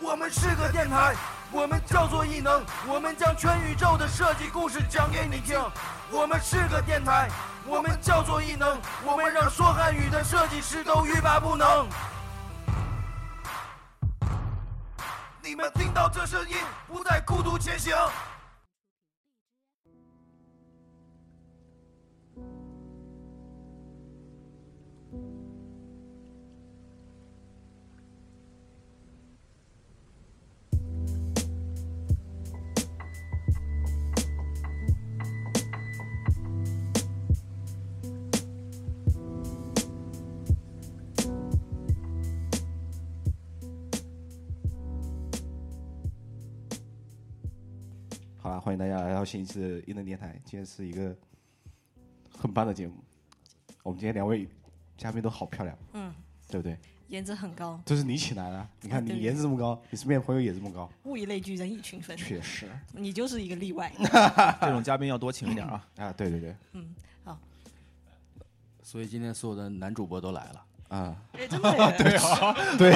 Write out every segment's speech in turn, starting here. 我们是个电台，我们叫做异能，我们将全宇宙的设计故事讲给你听。我们是个电台，我们叫做异能，我们让说汉语的设计师都欲罢不能。你们听到这声音，不再孤独前行。好啦，欢迎大家来到新一次的音乐电台。今天是一个很棒的节目，我们今天两位嘉宾都好漂亮，嗯，对不对？颜值很高，这是你请来的，你看啊你对颜值这么高，你身边朋友也这么高，物以类聚，人以群分，确实你就是一个例 外。这种嘉宾要多请一点啊。啊，对对对， 所以今天所有的男主播都来了，啊，哎，真的 耶，对对，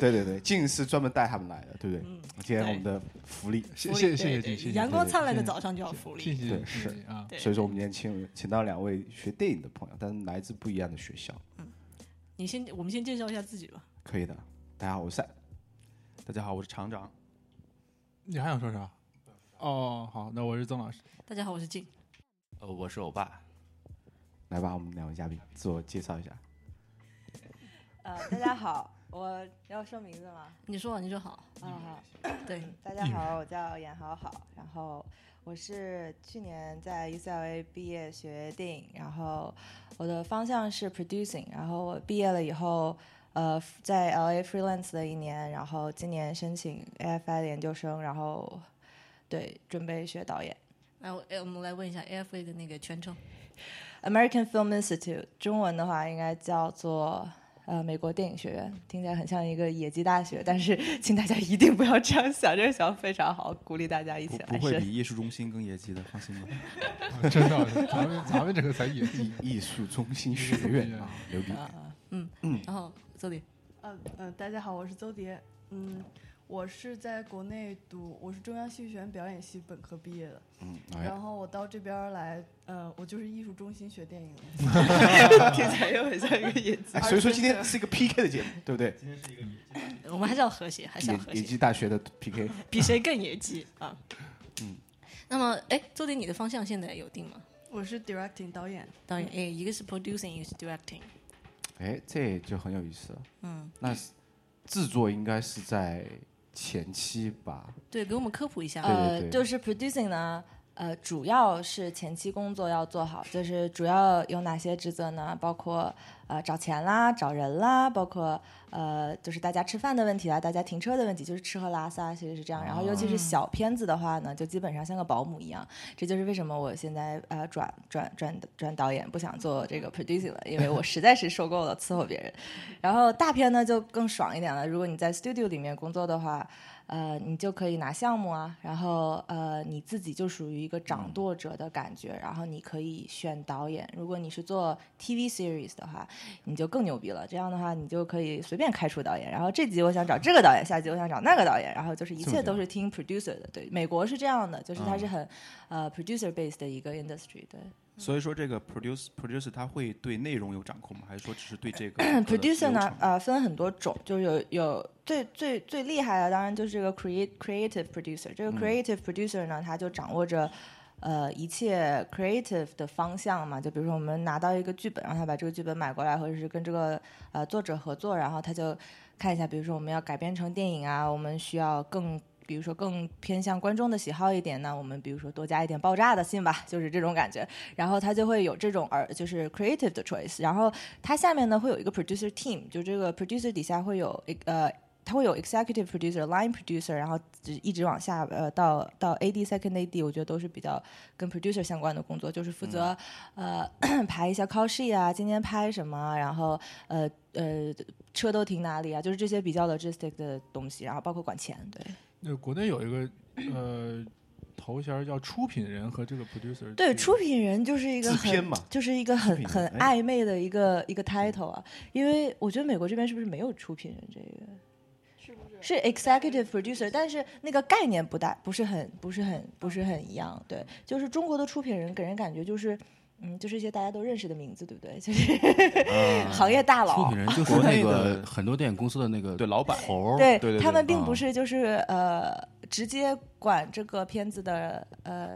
对对对，静是专门带他们来的，对不对？嗯今天我们的福利，谢谢谢谢金，谢谢阳光灿烂的早上就要福谢利。谢对谢是谢啊，对所以说我们今天请请到两位学电影的朋友，但是来自不一样的学校，你先，我们先介绍一下自己吧。可以的。大家好，我是赛大家好，我是厂长。你还想说啥？哦，好，那我是曾老师。大家好，我是静。呃，我是欧巴，来吧，我们两位嘉宾自我介绍一下。呃，大家好，我要说名字吗？你说完你就好。啊、好，对，大家好，我叫严好好，然后我是去年在 UCLA 毕业学电影，然后我的方向是 producing，然后我毕业了以后，呃，在 LA freelance 了一年，然后今年申请 AFI 的研究生，然后对，准备学导演。来，我哎，我们来问一下 AFA 的那个全称。 American Film Institute，中文的话应该叫做呃美国电影学院，听起来很像一个野鸡大学，但是 请大家一定不要这样想，这个想法非常好，鼓励大家一不起不来会申。比艺术中心更野鸡的，放心 吧。啊真的，咱们咱们这个才野鸡。艺术中心学院啊，牛逼！然后这里，嗯嗯，大家好，我是邹蝶。嗯，我是在国内读，我是中央戏剧学院表演系本科毕业的。嗯，哎，然后我到这边儿来，呃，我就是艺术中心学电影的。听起来又很像一个野嗯鸡。哎所以说今天是一个 PK 的节目，对不对？ 我们还是要和谐，还是要和野野谐，鸡大学的 PK，比谁更野鸡啊。嗯。那么，哎，周迪，你的方向现在有定吗？我是 directing 导演，导嗯演，哎，一个是 producing，一个是 directing。哎，这就很有意思了。嗯，那是制作应该是在前期吧？嗯对，给我们科普一下。对对呃，对就是 producing 呢，呃，主要是前期工作要做好，就是主要有哪些职责呢？包括呃找钱啦、找人啦，包括呃就是大家吃饭的问题啦、大家停车的问题，就是吃喝拉撒其实是这样。然后尤其是小片子的话呢，就基本上像个保姆一样。这就是为什么我现在呃转转转转导演，不想做这个 producing 了，因为我实在是受够了伺候别人。然后大片呢就更爽一点了，如果你在 studio 里面工作的话。呃，你就可以拿项目啊，然后呃，你自己就属于一个嗯掌舵者的感觉，然后你可以选导演。如果你是做 TV series 的话，你就更牛逼了。这样的话，你就可以随便开除导演。然后这集我想找这个导演，下集我想找那个导演，然后就是一这么啊嗯切讲都是听 producer 的。对，美国是这样的，就是它是很、呃 producer based 的一个 industry 对。所以说这个 produce producer 他会对内容有掌控吗？还是说只是 对这个 producer 流呢程？呃，分很多种，就是有有最最最厉害的，当然就是这个 create creative producer。这个 creative producer 呢，他就掌握着。呃，一切 creative 的方向嘛，就比如说我们拿到一个剧本，然后他把这个剧本买过来，或者是跟这个呃作者合作，然后他就看一下，比如说我们要改编成电影啊，我们需要更，比如说更偏向观众的喜好一点呢，我们比如说多加一点爆炸的信吧， 就是这种感觉。然后他就会有这种耳，就是 creative 的 choice。然后它下面呢会有一个 producer team，就这个 producer 底下会有呃，它会有 executive producer、line producer，然后一直往下呃到到 AD、second AD，我觉得都是比较跟 producer 相关的工作，就是负责、呃 排一下 call sheet 啊，今天拍什么，然后呃呃车都停哪里啊，就是这些比较 logistic 的东西，然后包括管钱，对。那国内有一个呃头衔儿叫出品人和这个 producer，对，出品人就是一个制很片嘛就是一个很品人很哎暧昧的一个一个 title 啊，因为我觉得美国这边是不是没有出品人这个？是不是？是 executive producer，但是那个概念不大，不是很不是很不是很一样。对，嗯就是中国的出品人给人感觉就是。嗯，就是一些大家都认识的名字，对不对？ 就是 行业大佬出，品人就是国那内个的很多电影公司的那个对老板头儿，对对对他们并啊不是就是、呃直接管这个片子的呃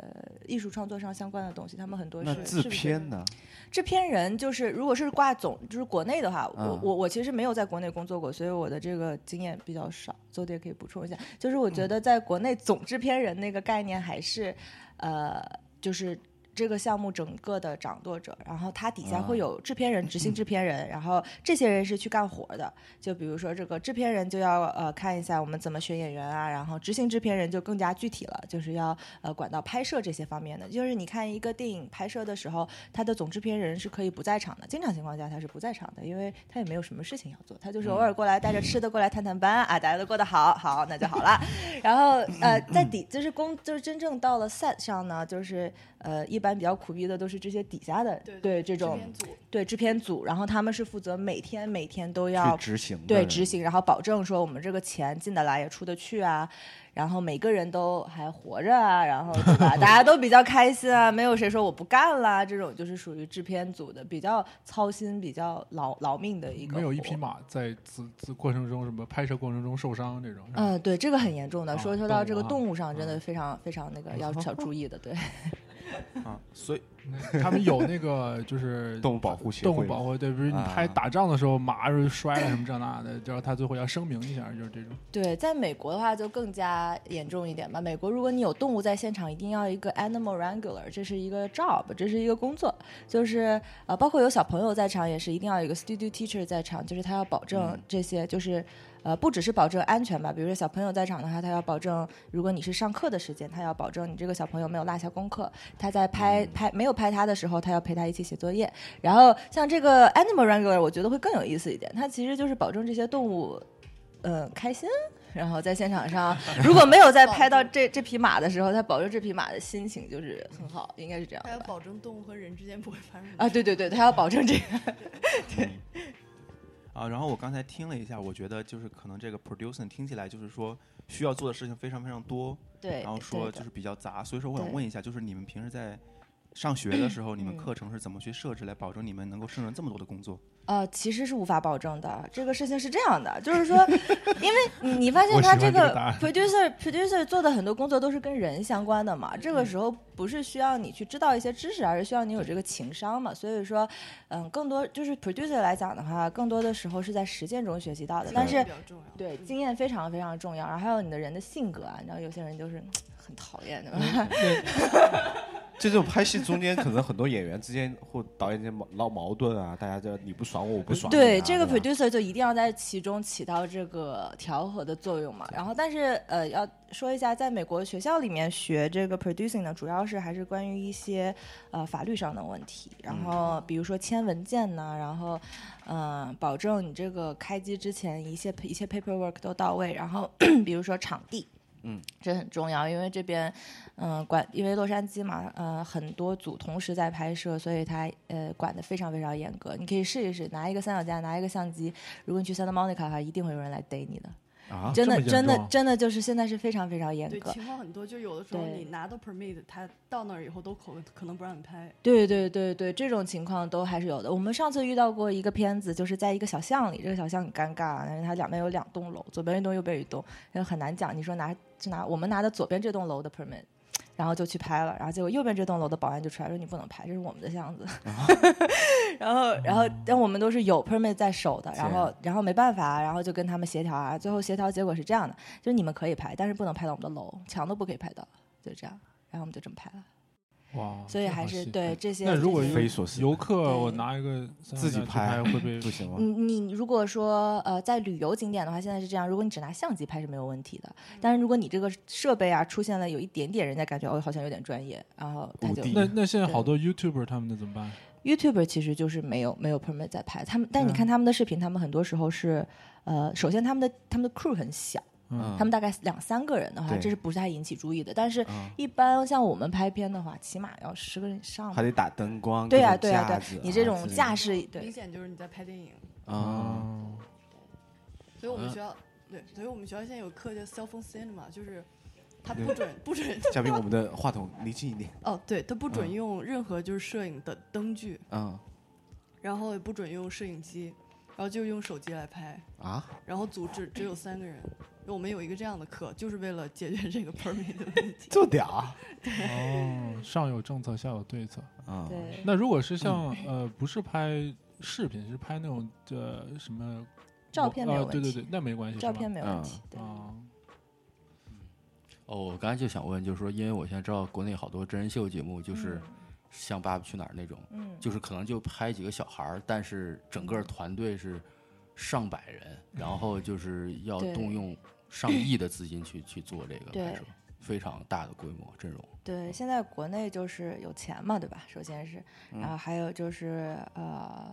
艺术创作上相关的东西，他们很多那是制是不是片呢？制片人就是，如果是挂总，就是国内的话，我嗯我我其实没有在国内工作过，所以我的这个经验比较少。周蝶可以补充一下，就是我觉得在国内总制片人那个概念还是，呃，就是这个项目整个的掌舵者，然后他底下会有制片人、执行制片人，然后这些人是去干活的。就比如说这个制片人就要呃看一下我们怎么选演员啊，然后执行制片人就更加具体了，就是要呃管到拍摄这些方面的。就是你看一个电影拍摄的时候，他的总制片人是可以不在场的，经常情况下他是不在场的，因为他也没有什么事情要做，他就是偶尔过来带着吃的过来探探班啊，大家都过得好，好那就好了。然后呃，在底就是工就是真正到了 set 上呢，就是呃一般比较苦逼的都是这些底下的对这种制片组对制片组，然后他们是负责每天每天都要去执行的嗯对人执行，然后保证说我们这个钱进得来也出得去啊，然后每个人都还活着啊，然后对吧？大家都比较开心啊，没有谁说我不干啦，这种就是属于制片组的比较操心、比较劳劳命的一个活。没有一匹马在自自过程中什么拍摄过程中受伤这种。是吧嗯，对，这个很严重的。啊嗯说说到这个动动物物上，真的非常非常那个要要注意的。对，啊，所以那他们有那个就是动物保护协动物会，保护，对，比如你拍啊打仗的时候，马如摔了什么这那的，然后他最后要声明一下，就是这种。对，在美国的话就更加严重一点吧。美国如果你有动物在现场，一定要一个 animal wrangler，这是一个 job，这是一个工作。就是呃，包括有小朋友在场，也是一定要有一个 studio teacher 在场，就是他要保证这些，就是呃，不只是保证安全吧。比如说小朋友在场的话，他要保证，如果你是上课的时间，他要保证你这个小朋友没有落下功课。他在拍拍没有拍他的时候，他要陪他一起写作业。然后像这个 animal wrangler，我觉得会更有意思一点。它其实就是保证这些动物，嗯、开心。然后在现场上，如果没有在拍到这这匹马的时候，他保证这匹马的心情就是很好，应该是这样还要的吧。保证动物和人之间不会发生什么啊，事对对对，他要保证这个。啊，然后我刚才听了一下，我觉得就是可能这个 producer 听起来就是说需要做的事情非常非常多，对，然后说对的就是比较杂，所以说我想对问一下，就是你们平时在上学的时候，你们嗯课程是怎么去设置来保证你们能够胜任这么多的工作？呃，其实是无法保证的。这个事情是这样的，就是说，因为你你发现我他喜欢这个个答案 producer producer 做的很多工作都是跟人相关的嘛，这个时候不是需要你去知道一些知识，而是需要你有这个情商嘛。所以说，嗯，更多就是 producer 来讲的话，更多的时候是在实践中学习到的，但是比较重要。对，嗯经验非常非常重要，然后还有你的人的性格啊，你知道有些人就是很讨厌的嘛， 这种拍戏中间可能很多演员之间或导演之间矛闹矛盾啊，大家就你不爽我，我不爽你啊、对，这个吧 producer 就一定要在其中起到这个调和的作用嘛。然后，但是呃，要说一下，在美国学校里面学这个 producing 呢，主要是还是关于一些呃法律上的问题。嗯然后，比如说签文件呐，然后嗯、呃保证你这个开机之前一切一切 paperwork 都到位。然后， 比如说场地。嗯，这很重要，因为这边，嗯、管因为洛杉矶嘛，呃，很多组同时在拍摄，所以它呃管得非常非常严格。你可以试一试，拿一个三脚架，拿一个相机，如果你去 Santa Monica 的话，一定会有人来逮你的。啊，真这的，么严真的重啊，真的就是现在是非常非常严对，格。情况很多，就有的时候对你拿到 permit，他到那儿以后都可可能不让你拍。对对对对，这种情况都还是有的。我们上次遇到过一个片子，就是在一个小巷里，这个小巷很尴尬，但是它两边有两栋楼，左边一栋，右边一栋，然后很难讲。你说拿就拿我们拿的左边这栋楼的 permit，然后就去拍了，然后结果右边这栋楼的保安就出来说你不能拍，这是我们的巷子。 然后然后但我们都是有 permit 在手的，然后然后没办法，然后就跟他们协调啊，最后协调结果是这样的，就是你们可以拍，但是不能拍到我们的楼，墙都不可以拍到，就这样。然后我们就这么拍了，哇，所以这好还是细对这些。那如果这些有匪夷所思，游客，我对拿一个三脚自己架去拍拍会被不行吗？你你如果说呃在旅游景点的话，现在是这样，如果你只拿相机拍是没有问题的，嗯但是如果你这个设备啊出现了有一点点人家感觉哦好像有点专业，然后他五就 D 那那现在对好多 YouTuber 他们的怎么办？ YouTuber 其实就是没有没有 permit 在拍他们，但你嗯看他们的视频，他们很多时候是呃首先他们的他们的 crew 很小，嗯他们大概两三个人的话，对这是不太引起注意的，但是嗯一般像我们拍片的话，起码要十个人以上吧还。得打灯光，对呀、呀、对呀、呀、对啊、你这种架势，嗯明对显就是你在拍电影，啊，哦所以我们学校对，所以我们学校现在有课叫 cell phone cinema，就是它不准不准嘉宾，我们的话筒离近一点哦，对，它不准嗯用任何就是摄影的灯具，啊然后也不准用摄影机，然后就用手机来拍，啊！然后组织只有三个人。我们有一个这样的课，就是为了解决这个 permit 的问题。这么屌啊！哦，上有政策，下有对策。啊对，那如果是像嗯呃，不是拍视频，是拍那种呃什么照片没有啊？问对题，对对，那没关系，照是吧片没有问题嗯。对，啊，哦，我刚才就想问，就是说，因为我现在知道国内好多真人秀节目，就是像《爸爸去哪儿》那种，嗯，就是可能就拍几个小孩儿，但是整个团队是上百人，然后就是要对动用上亿的资金去去做这个对拍摄，非常大的规模阵容。嗯对，现在国内就是有钱嘛，对吧？首先是，嗯然后还有就是呃，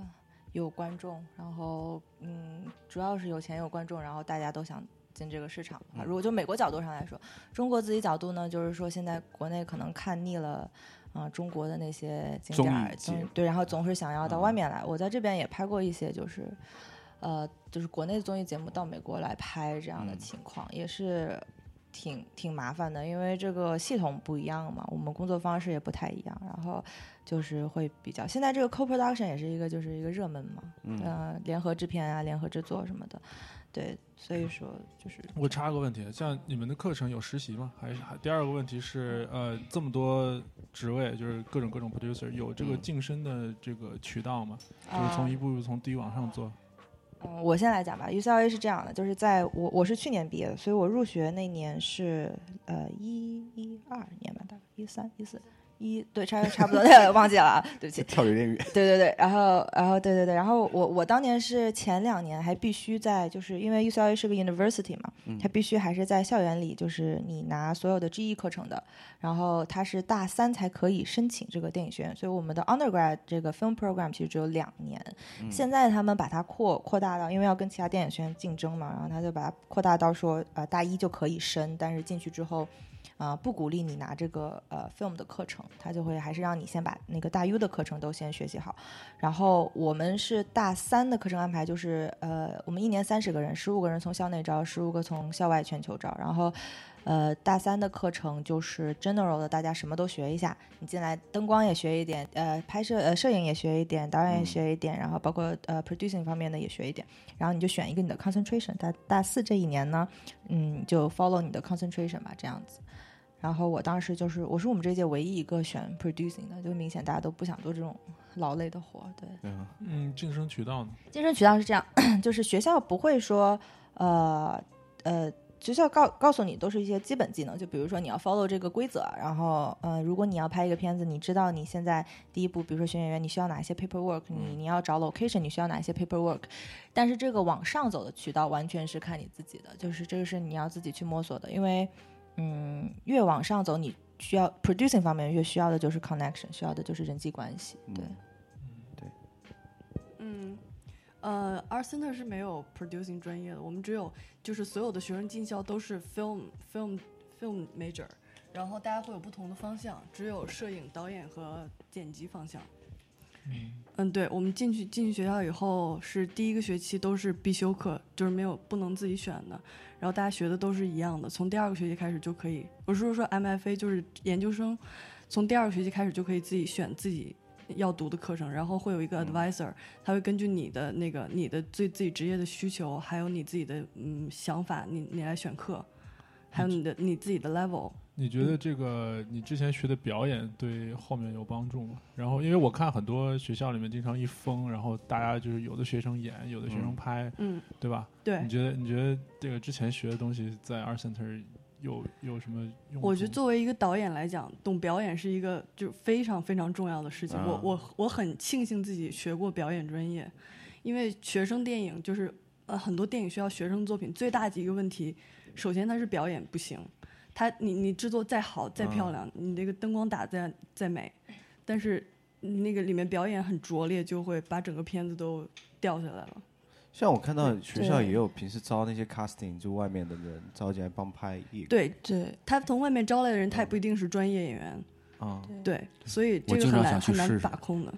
有观众，然后嗯，主要是有钱有观众，然后大家都想进这个市场嗯啊。如果就美国角度上来说，中国自己角度呢，就是说现在国内可能看腻了。啊、中国的那些景综点艺儿节总目嗯对，然后总是想要到外面来。我在这边也拍过一些，就是，呃，就是国内的综艺节目到美国来拍这样嗯的情况，也是挺挺麻烦的，因为这个系统不一样嘛，我们工作方式也不太一样，然后就是会比较。现在这个 co-production 也是一个就是一个热门嘛，嗯、呃，联合制片啊，联合制作什么的，对，所以说就是我插个问题，像你们的课程有实习吗？还是还第二个问题是，呃，这么多职位，就是各种各种 producer，有这个嗯晋升的这个渠道吗？嗯就是啊从一步一步从低往上做。嗯，我先来讲吧。UCLA 是这样的，就是在我我是去年毕业的，所以我入学那年是呃一一二年吧，大概一三一四一对差差不多， 忘记了啊，对不起。跳有点远，对对对，然后然后对对对，然后我我当年是前两年还必须在，就是因为 UCLA 是个 university 嘛，它必须还是在校园里，就是你拿所有的 GE 课程的，然后它是大三才可以申请这个电影学院，所以我们的 undergrad 这个 film program 其实只有两年，现在他们把它扩扩大到，因为要跟其他电影学院竞争嘛，然后他就把它扩大到说，呃，大一就可以申，但是进去之后。啊、不鼓励你拿这个呃 film 的课程，他就会还是让你先把那个大 U 的课程都先学习好，然后我们是大三的课程安排，就是呃，我们一年三十个人，十五个人从校内招，十五个从校外全球招。然后，呃，大三的课程就是 general 的，大家什么都学一下。你进来，灯光也学一点，呃，拍摄呃摄影也学一点，导演也学一点，然后包括呃 producing 方面的也学一点。然后你就选一个你的 concentration 大。大四这一年呢，嗯，就 follow 你的 concentration 吧，这样子。然后我当时就是，我是我们这届唯一一个选 producing 的，就明显大家都不想做这种劳累的活，对。嗯，晋升渠道呢？晋升渠道是这样， 就是学校不会说，呃呃，学校告告诉你都是一些基本技能，就比如说你要 follow 这个规则，然后呃，如果你要拍一个片子，你知道你现在第一步，比如说选演员，你需要哪些 paperwork，你你要找 location，你需要哪些 paperwork，但是这个往上走的渠道完全是看你自己的，就是这个是你要自己去摸索的，因为嗯，越往上走你。需要 producing 方面越需要的就是 connection，需要的就是人际关系。对，嗯嗯，呃 a r c e n t e r 是没有 producing 专业的，我们只有就是所有的学生进校都是 film film film major，然后大家会有不同的方向，只有摄影、导演和剪辑方向。嗯，嗯，对，我们进去进去学校以后是第一个学期都是必修课，就是没有不能自己选的，然后大家学的都是一样的，从第二个学期开始就可以。我是说说 MFA 就是研究生，从第二个学期开始就可以自己选自己要读的课程，然后会有一个 advisor，、他会根据你的那个你的对自己职业的需求，还有你自己的嗯想法，你你来选课，还有你的你自己的 level。你觉得这个你之前学的表演对后面有帮助吗？然后，因为我看很多学校里面经常一封，然后大家就是有的学生演，有的学生拍，嗯，对吧？对你。觉得你觉得这个之前学的东西在 Art Center 有有什么用处吗？我觉得作为一个导演来讲，懂表演是一个就是非常非常重要的事情。我啊我我很庆幸自己学过表演专业，因为学生电影就是呃很多电影学校学生作品最大的一个问题，首先它是表演不行，它你你制作再好再啊漂亮，你这个灯光打再再美，但是那个里面表演很拙劣，就会把整个片子都掉下来了。像我看到学校对也有平时招那些 casting，就外面的人招进来帮拍一对对，他从外面招来的人，他也不一定是专业演员，啊，对，所以啊嗯我这个经很常难想去很难试试把控的。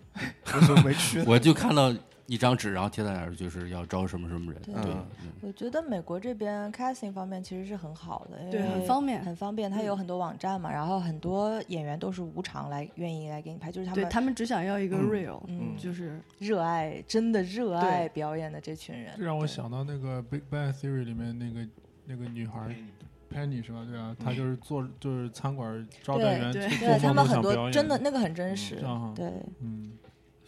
为什么没去呢？我就看到一张纸，然后贴在那儿，就是要招什么什么人。对对，嗯嗯我觉得美国这边 casting 方面其实是很好的，因对为很方便哎嗯很方便。它有很多网站嘛，然后很多演员都是无偿来愿意来给你拍，就是他对们他们只想要一个 real，、嗯就是热爱，真的热爱表演的这群人。 这让我对想到那个《Big Bang Theory》里面那个那个女孩 Penny 是吧？对啊，她就是做就是餐馆招待员，对对做对梦他都们很想表多演真的，那个很真实，嗯对，嗯，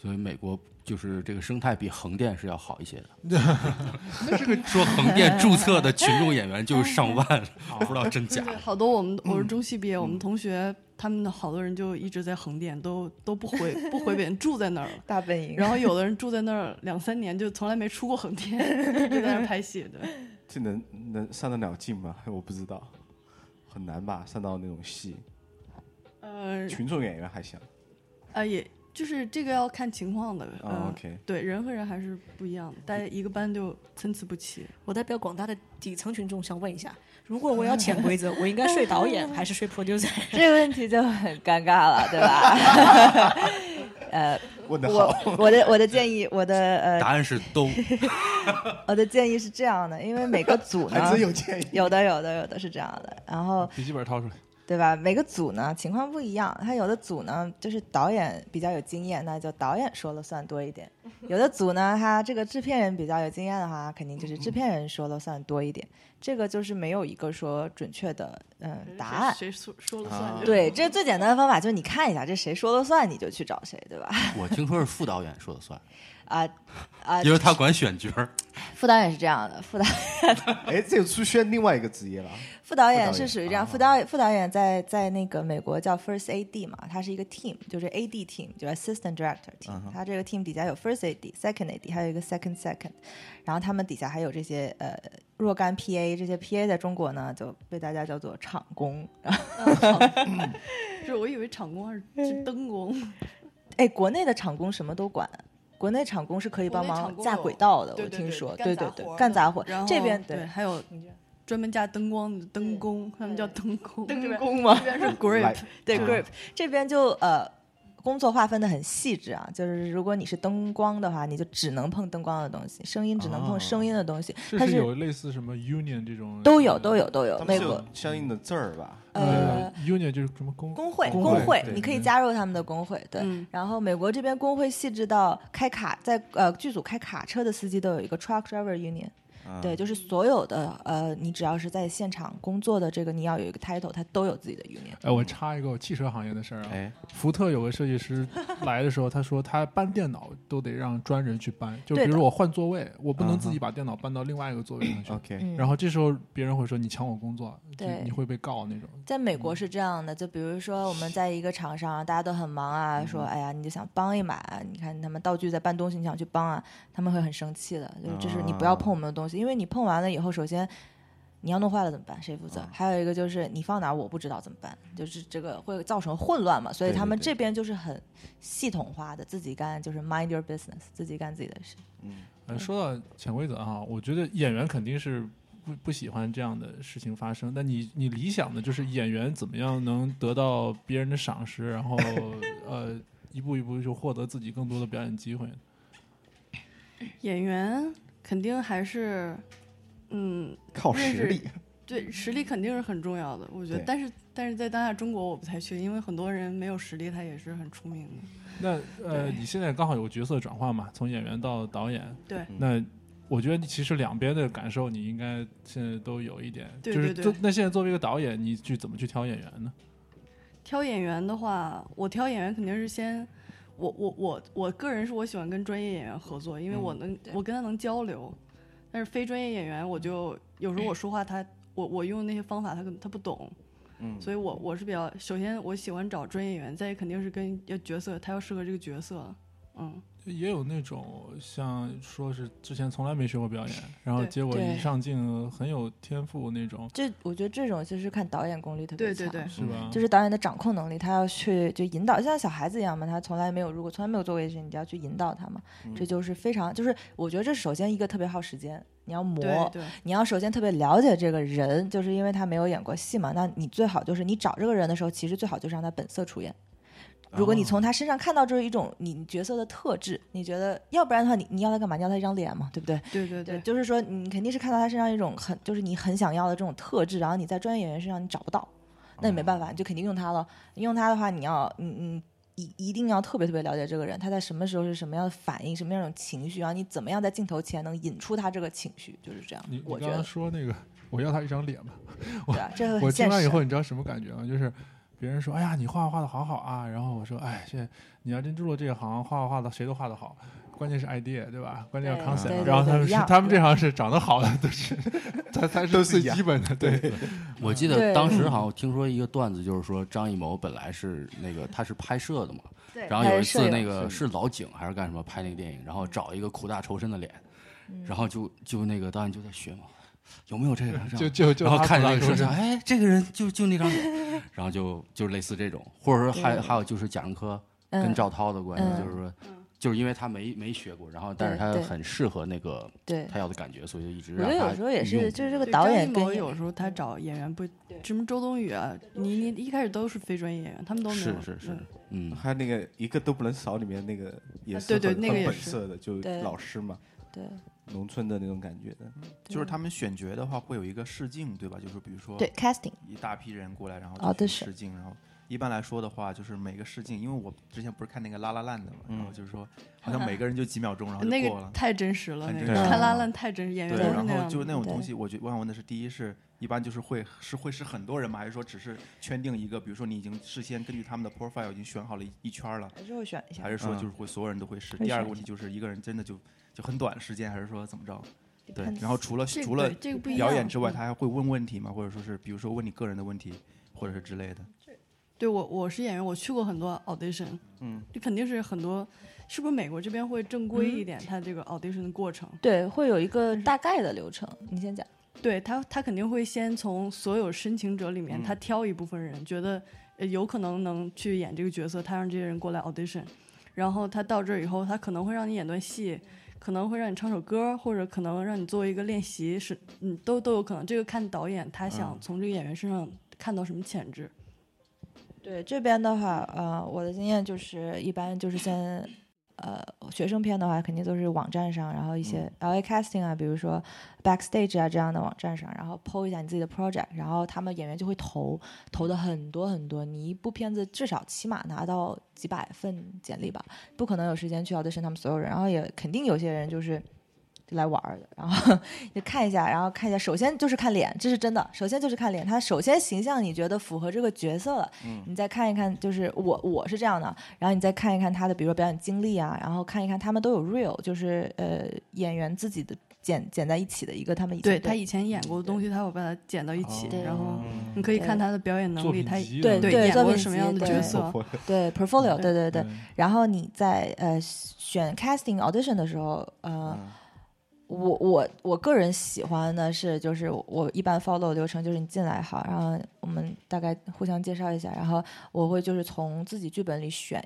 所以美国就是这个生态比横店是要好一些 的。 那是个说横店注册的群众演员就上万， 不知道真假。对好多我们嗯我是中戏毕业，我们同学他们的好多人就一直在横店，都都不回不回北京，住在那儿 了。大本营。然后有的人住在那儿两三年，就从来没出过横店，就在那儿拍戏。 对，这能能上得了镜吗？ 我不知道，很难吧？上到那种戏，呃群众演员还行。呃，也就是这个要看情况的。嗯、啊，OK，对，人和人还是不一样的，大家一个班就参差不齐。 我代表广大的底层群众想问一下，如果我要潜规则，我应该睡导演还是睡 producer？这个问题就很尴尬了，对吧？ 呃，问的好。我我的我的建议，我的答呃案是都， 我的建议是这样的，因为每个组 呢还真有建议。有的有的有的是这样的，然后笔记本掏出来，对吧？每个组呢情况不一样，他有的组呢就是导演比较有经验，那就导演说了算多一 点；有的组呢，他这个制片人比较有经验的话，肯定就是制片人说了算多一点。这个就是没有一个说准确的嗯答案。谁说说了算啊就？对，这最简单的方法就是你看一下这谁说了算，你就去找谁，对吧？我听说是副导演说了算， 啊啊因，为他管选角儿。副导演是这样的，副导哎，这就出现另外一个职业了。副导副演导是演属于这样，副导演副导演在在那个美国叫 First AD 嘛，它是一个 team，就是 AD team，就是 Assistant Director team，、它这个 team 底下有 First AD、Second AD，还有一个 Second Second，然后他们底下还有这些呃若干 PA，这些 PA 在中国呢就被大家叫做场工，是我以为场工还 是是灯工，哎，国内的场工什么都管。国内场工是可以国帮内忙厂工架有轨道的，对我对听对说，干对杂对活对，儿干的杂活儿。然后这边对还有专门架灯光的灯工，他们叫灯工。这边工嘛，这边是来 grip，对啊 group 这边就呃工作划分的很细致啊，就是如果你是灯光的话，你就只能碰灯光的东西，声音只能碰声音的东西，这它是是有嗯类似什么 Union 这种都有都有都有他。们美是国有相应的证儿吧？呃呃 Union 就是什么工工会工工会会对，你可以嗯加入他们的工会，对。嗯然后美国这边工会细致到开卡，在呃剧组开卡车的司机都有一个 truck driver union，啊对，，就是所有的呃，你只要是在现场工作的这个，你要有一个 title，它都有自己的 union。哎，我插一个我汽车行业的事儿啊，哎，福特有个设计 师来的时候，他说他搬电脑都得让专人去搬，就比对如的说我换座位，我嗯不能哼自己把电脑搬到另外一个座位上去。 OK，嗯然后这时候别人会说你抢我工作，就对你会被告那种。在美嗯国是这样的，就比如说我们在一个厂商，大家都很忙嗯啊，说哎呀，你就想帮一把啊，你看他们道具在搬东西，你想去帮啊，他们会很生气的，就是就是你不要碰我们的东西，因为你碰完了以后，首先你要弄坏了怎么办？谁负啊责？还有一个就是你放哪儿我不知道怎么办，就是这个会造成混乱嘛，所以对对他们对这边就是很系统化的，自己干就是 mind your business，自己干自己的事。嗯呃，说到潜规则哈，我觉得演员肯定是不不喜欢这样的事情发生。但你你理想的就是演员怎么样能得到别人的赏识，然后呃一步一步就获得自己更多的表演机会。演员肯定还是，嗯，靠实力。对，实力肯定是很重要的，我觉得对。但是但是在当下中国我不太确定，因为很多人没有实力，他也是很出名的。那呃，你现在刚好有角色转换嘛，从演员到导演。对那我觉得你其实两边的感受你应该现在都有一点。对对对就是做那现在作为一个导演，你去怎么去挑演员呢？挑演员的话，我挑演员肯定是先，我我我我个人是我喜欢跟专业演员合作，因为嗯我能、我跟他能交流，但是非专业演员我就有时候我说话他我我用那些方法他可他不懂，嗯所以我我是比较首先我喜欢找专业演员，再一肯定是跟要角色他要适合这个角色，嗯，也有那种像说是之前从来没学过表演，然后对结果一对上镜很有天赋那种，这我觉得这种就是看导演功力特别对强。对对，是吧？嗯就是导演的掌控能力，他要去就引导，像小孩子一样嘛，他从来没有如果从来没有做过一些事情，你就要去引导他嘛，嗯这就是非常就是我觉得这首先一个特别耗时间，你要磨，对对你要首先特别了解这个人，就是因为他没有演过戏嘛，那你最好就是你找这个人的时候，其实最好就是让他本色出演。如果你哦从他身上看到这是一种你你角色的特质，你觉得要不然的话，你你要他干嘛？你要他一张脸嘛，对不对？对对对，就是说你肯定是看到他身上一种很就是你很想要的这种特质，然后你在专业演员身上你找不到，那你没办法，你就肯定用他了。用他的话，你要你你一一定要特别特别了解这个人，他在什么时候是什么样的反应，什么样的情绪，然后你怎么样在镜头前能引出他这个情绪，就是这样你。你我觉刚刚得说那个，我要他一张脸嘛，对啊，这个我很听现完以实。后，你知道什么感觉吗？就是别人说：“哎呀，你画画的好好啊。”然后我说：“哎，这你要真入了这一行，画画画的谁都画的好，关键是 idea 对吧？关键要对 concept 对。对然后对他们一是样他们一这样行是长得好的都 是，才才是最基本的。对，我记对得当时好像听说一个段子，就是说张艺谋本来是那个他是拍摄的嘛，对然后有一次那个个是老井还是干什么拍那个电影，然后找一个苦大仇深的脸，嗯然后就就那个导演就在学嘛，有没有这个？然后就就就然后他看不着拉那手个说指是，哎，这个人就就那 张脸，然后就就类似这种，或者说还还有就是贾樟柯跟嗯赵涛的关系，嗯就是说，就是因为他没没学过，然后但是对他对很适合那个对。他要的感觉，所以就一直我觉让得他有时候也御用是，就是这个对导张演艺跟谋演嗯有时候他找演员不，什么周冬雨啊，倪妮一开始都是非专业演员，他们都没有。是是是嗯，嗯，还有那个一个都不能少里面那个也是对对很那个很也本是色的，就对老师嘛，对农村的那种感觉的。 就是他们选角的话会有一个试镜，对吧？就是比如说对 casting，一大批人过来，然哦后对就是去试镜，然后一般来说的话，就是每个试镜，因为我之前不是看那个拉拉烂的嘛，嗯然后就是说好像每个人就几秒钟，然后就那过个了。太真实了，很那真个实看拉烂太真实，演员对，都是然那后样就是的。那种东对西，我觉我想问的是，第一是一般就是会是会是很多人吗？还是说只是圈定一个？比如说你已经事先根据他们的 profile 已经选好了一一圈了，还是会选一下还。是说嗯就是会所有人都会试？会第二选个一问题就是一个人真的就就很短时间，还是说怎么着？对看，然后除了这个除了对这个不一样嗯表演之外，他还会问问题吗？或者说是，比如说问你个人的问题，或者是之类的。对我我是演员，我去过很多 audition，嗯，就肯定是很多，是不是美国这边会正规一点？他这个 audition 的过程，对，会有一个大概的流程。你先讲。对他他肯定会先从所有申请者里面，嗯他挑一部分人，觉得呃有可能能去演这个角色，他让这些人过来 audition，然后他到这儿以后，他可能会让你演段戏。可能会让你唱首歌，或者可能让你做一个练习，是嗯，都都有可能。这个看导演嗯他想从这个演员身上看到什么潜质。对这边的话，呃，我的经验就是一般就是先，呃，学生片的话肯定都是网站上，然后一些 LA casting 啊，比如说 Backstage 啊这样的网站上，然后 PO 一下你自己的 project，然后他们演员就会投，投的很多很多，你一部片子至少起码拿到几百份简历吧，不可能有时间去 audition 他们所有人，然后也肯定有些人就是。来玩儿的，然后 就看一下，然后看一下。首先就是看脸，这是真的。首先就是看脸，他首先形象你觉得符合这个角色了，你再看一看，就是我我是这样的，然后你再看一看他的，比如说表演经历啊，然后看一看他们都有 real，就是呃演员自己的剪剪在一起的一个他们以前对他以前演过的东西，他会把它剪到一起，对然后嗯你可以看对他的表演能哦作力，品他集啊对的对演作过品什么集样的对角色，对 portfolio，对对对，嗯然后你在呃选 casting audition 的时候，呃。我我我个人喜欢的是，就是我一般 follow 流程，就是你进来好，然后我们大概互相介绍一下，然后我会就是从自己剧本里选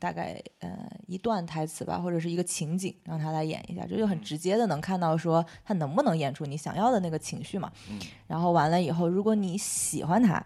大概呃一段台词吧，或者是一个情景，让他来演一下，这就很直接的能看到说他能不能演出你想要的那个情绪嘛。然后完了以后，如果你喜欢他，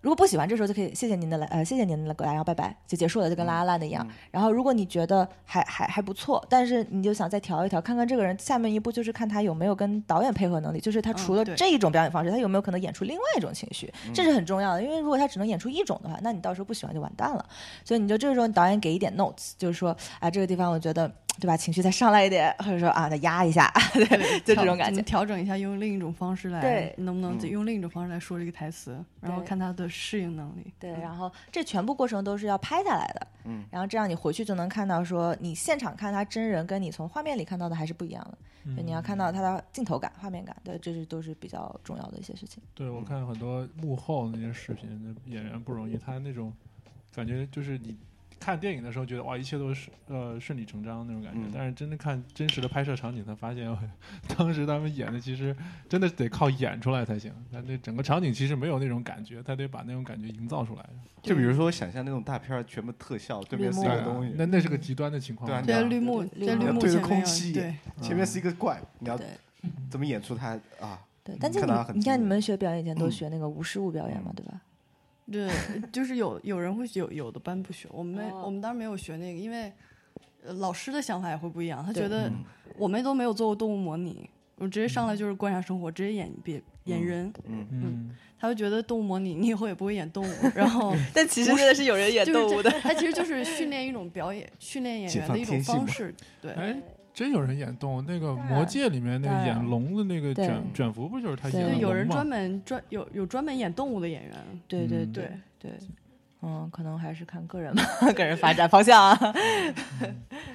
如果不喜欢，这时候就可以谢谢您的来，呃，谢谢您的来，然后拜拜就结束了，就跟拉拉烂的一样。然后如果你觉得还还还不错，但是你就想再调一调，看看这个人下面一步就是看他有没有跟导演配合能力，就是他嗯除了对这一种表演方式，他有没有可能演出另外一种情绪，这是很重要的。因为如果他只能演出一种的话，那你到时候不喜欢就完蛋了。所以你就这个时候导演给一点 notes，就是说，啊，这个地方我觉得。对吧？情绪再上来一点，或者说啊，再压一下， 对，就这调种感怎么觉。调整一下，用另一种方式来，对能不嗯能再用另一种方式来说这个台词，然后对看他的适应能力。对，嗯然后这全部过程都是要拍下来的，嗯，然后这样你回去就能看到，说你现场看他真人跟你从画面里看到的还是不一样的，嗯就你要看到他的镜头感、画面感，对，这是都是比较重要的一些事情。对，我看很多幕后那些视频，那演员不容易，他那种感觉就是你看电影的时候觉得哇，一切都是呃顺理成章那种感觉，但是真的看真实的拍摄场景，才发现当时他们演的其实真的得靠演出来才行，他那整个场景其实没有那种感觉，他得把那种感觉营造出来。就比如说，我想象那种大片儿全部特效，对面是一对个啊东西，那那是个极端的情况对啊嘛。你在要绿幕，对在绿绿幕幕对着前面空有气对，前面是一个怪，你要嗯对怎么演出它啊？对，但是看你他很嗯你精看你明嗯们学表演以前都学那个无实物表演嘛，对吧？对，就是有有人会有有的班不学，我们、哦我们当时没有学那个，因为呃老师的想法也会不一样，他对觉得嗯我们都没有做过动物模拟，我直接上来就是观察生活，直接演别演人，嗯，他会觉得动物模拟你以后也不会演动物，然 后 但其实真的是有人演就是动物的，这他其实就是训练一种表演，训练演解员放的一种天性方嘛式，对。啊哎，真有人演动物，那个《然魔戒》里面那当个然演龙的那个对卷卷福不就是他对演的对，龙有人吗专门专有有专门演动物的演员，对对嗯对，对，嗯，可能还是看个人吧， 个人发展方向啊。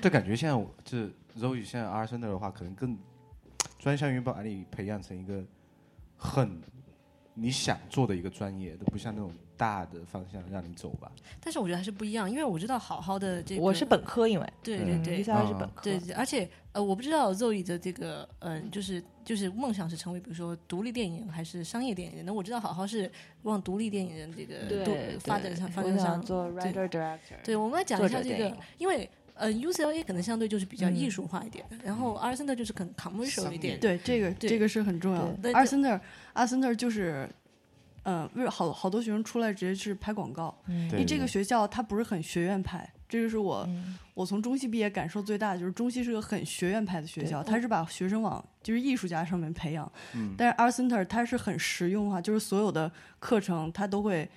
但感觉现在我这 Zoe 现在阿森纳的话，可能更专项于把你培养成一个很你想做的一个专业，都不像那种大的方向让你走吧。但是我觉得还是不一样，因为我知道好好的这个，我是本科，因为对嗯对嗯对一，下来是本科，对，对而且呃，我不知道 Zoe 的这个嗯、就是就是梦想是成为比如说独立电影人还是商业电影人。那我知道好好是往独立电影人这个对多发展上发我展想上。做 writer director，对，我们来讲作一下者这电个影，因为呃 UCLA 可能相对就是比较嗯艺术化一点，然后 a r s e n 就是很 commercial 一点。对，这个对这个是很重要的对。那阿就森特，阿森特就是，呃，为好好多学生出来直接是拍广告，嗯因对为这个学校它不是很学院派，这就是我、嗯我从中戏毕业感受最大的，就是中戏是个很学院派的学校，它是把学生往就是艺术家上面培养，嗯但是阿森特它是很实用化，就是所有的课程它都会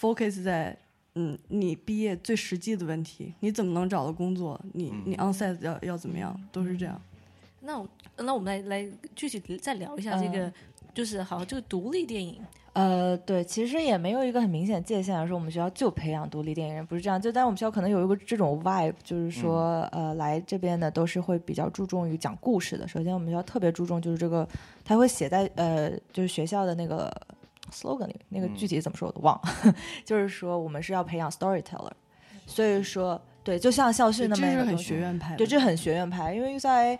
focus 在。嗯，你毕业最实际的问题，你怎么能找到工作？你嗯你 onsite 要要怎么样？都是这样。嗯那我那我们来来具体地再聊一下这嗯个，就是好这个独立电影，呃，对，其实也没有一个很明显界限，啊说我们学校就培养独立电影人，不是这样。就但是我们学校可能有一个这种 vibe，就是说，嗯呃，来这边的都是会比较注重于讲故事的。首先，我们学校特别注重就是这个，他会写在呃，就是学校的那个 slogan 里，那个具嗯体怎么说我都忘了， 就是说我们是要培养 storyteller，所以说。对，就像校训这那么一是个东很西学院派的。对，这很学院派，因为 UCLA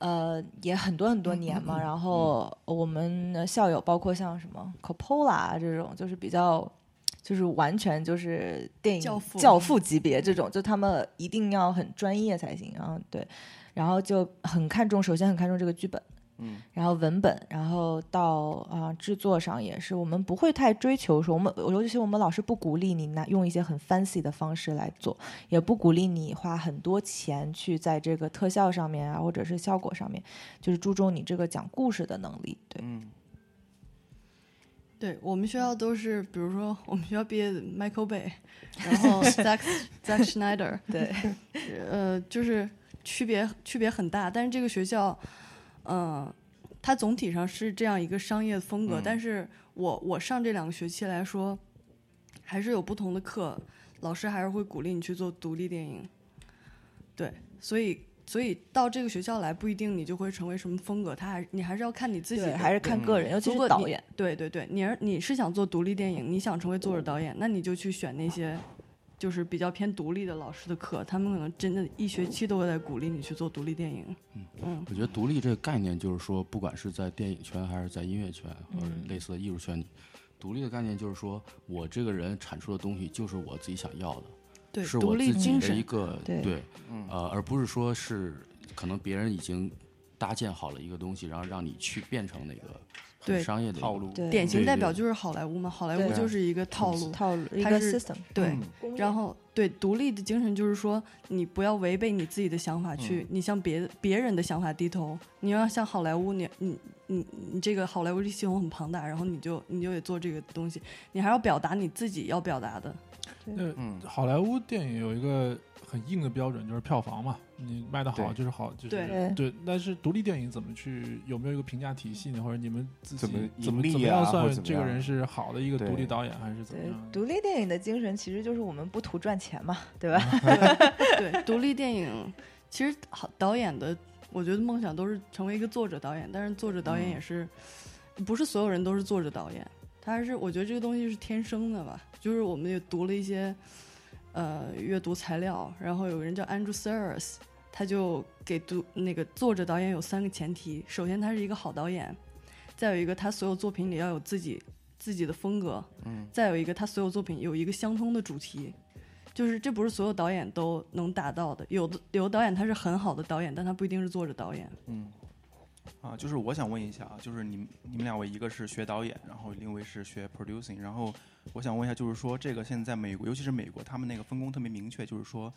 呃也很多很多年嗯嘛，然后我们的校友包括像什么 Coppola 啊这种，就是比较。就是完全就是电影教父级别这种，就他们一定要很专业才行。然后对，然后就很看重，首先很看重这个剧本，嗯，然后文本，然后到啊、制作上也是，我们不会太追求说我们，尤其我们老师不鼓励你拿用一些很 fancy 的方式来做，也不鼓励你花很多钱去在这个特效上面啊，或者是效果上面，就是注重你这个讲故事的能力。对，对我们嗯学校都是，比如说我们学校毕业的 Michael Bay，然 后 Zack Zack Schneider，对，呃，就是区别区别很大。但是这个学校，嗯、它总体上是这样一个商业嗯风格。但是我我上这两个学期来说，还是有不同的课，老师还是会鼓励你去做独立电影。对，所以所以到这个学校来，不一定你就会成为什么风格，他还你还是要看你自己对，的还是看个人，尤其如是果导你演。对对对，你是你是想做独立电影，你想成为作者导演，那你就去选那些就是比较偏独立的老师的课，他们可能真的一学期都会在鼓励你去做独立电影。我觉得独立这个概念，就是说，不管是在电影圈还是在音乐圈或者嗯类似的艺术圈里，独立的概念就是说我这个人产出的东西就是我自己想要的，对，是独我立自己精的一神。个对嗯呃，而不是说是可能别人已经搭建好了一个东西，然后让你去变成那个对很商业的一个套路对，典型对代对表就是好莱坞嘛，好莱对坞就是一个套路。套路一它个是 system。对，然后对独立的精神就是说，你不要违背你自己的想法去，你向别别人的想法低头，你要向好莱坞，你你你你这个好莱坞这系统很庞大，然后你就你就得做这个东西，你还要表达你自己要表达的。嗯那嗯好莱坞电影有一个很硬的标准，就是票房嘛，你卖的好对就是好，就是对对。但是独立电影怎么去？有没有一个评价体系呢？或者你们自己怎么怎盈么利怎么啊样或算者怎么这个样人是好的一个独立对导演还是怎么对样，的？独立电影的精神其实就是我们不图赚钱嘛，对吧？嗯对，对，独立电影其实好导演的，我觉得梦想都是成为一个作者导演，但是作者导演也是，不是所有人都是作者导演，他还是我觉得这个东西是天生的吧，就是我们也读了一些呃阅读材料，然后有个人叫 Andrew Sears，他就给读那个作者导演有三个前提，首先他是一个好导演，再有一个他所有作品里要有自己自己的风格，嗯，再有一个他所有作品有一个相通的主题，就是这不是所有导演都能达到的，有的有的导演他是很好的导演，但他不一定是作者导演，啊，就是我想问一下啊，就是你们你们两位，一个是学导演，然后另一位是学 producing，然后我想问一下，就是说这个现在美国，尤其是美国，他们那个分工特别明确，就是说，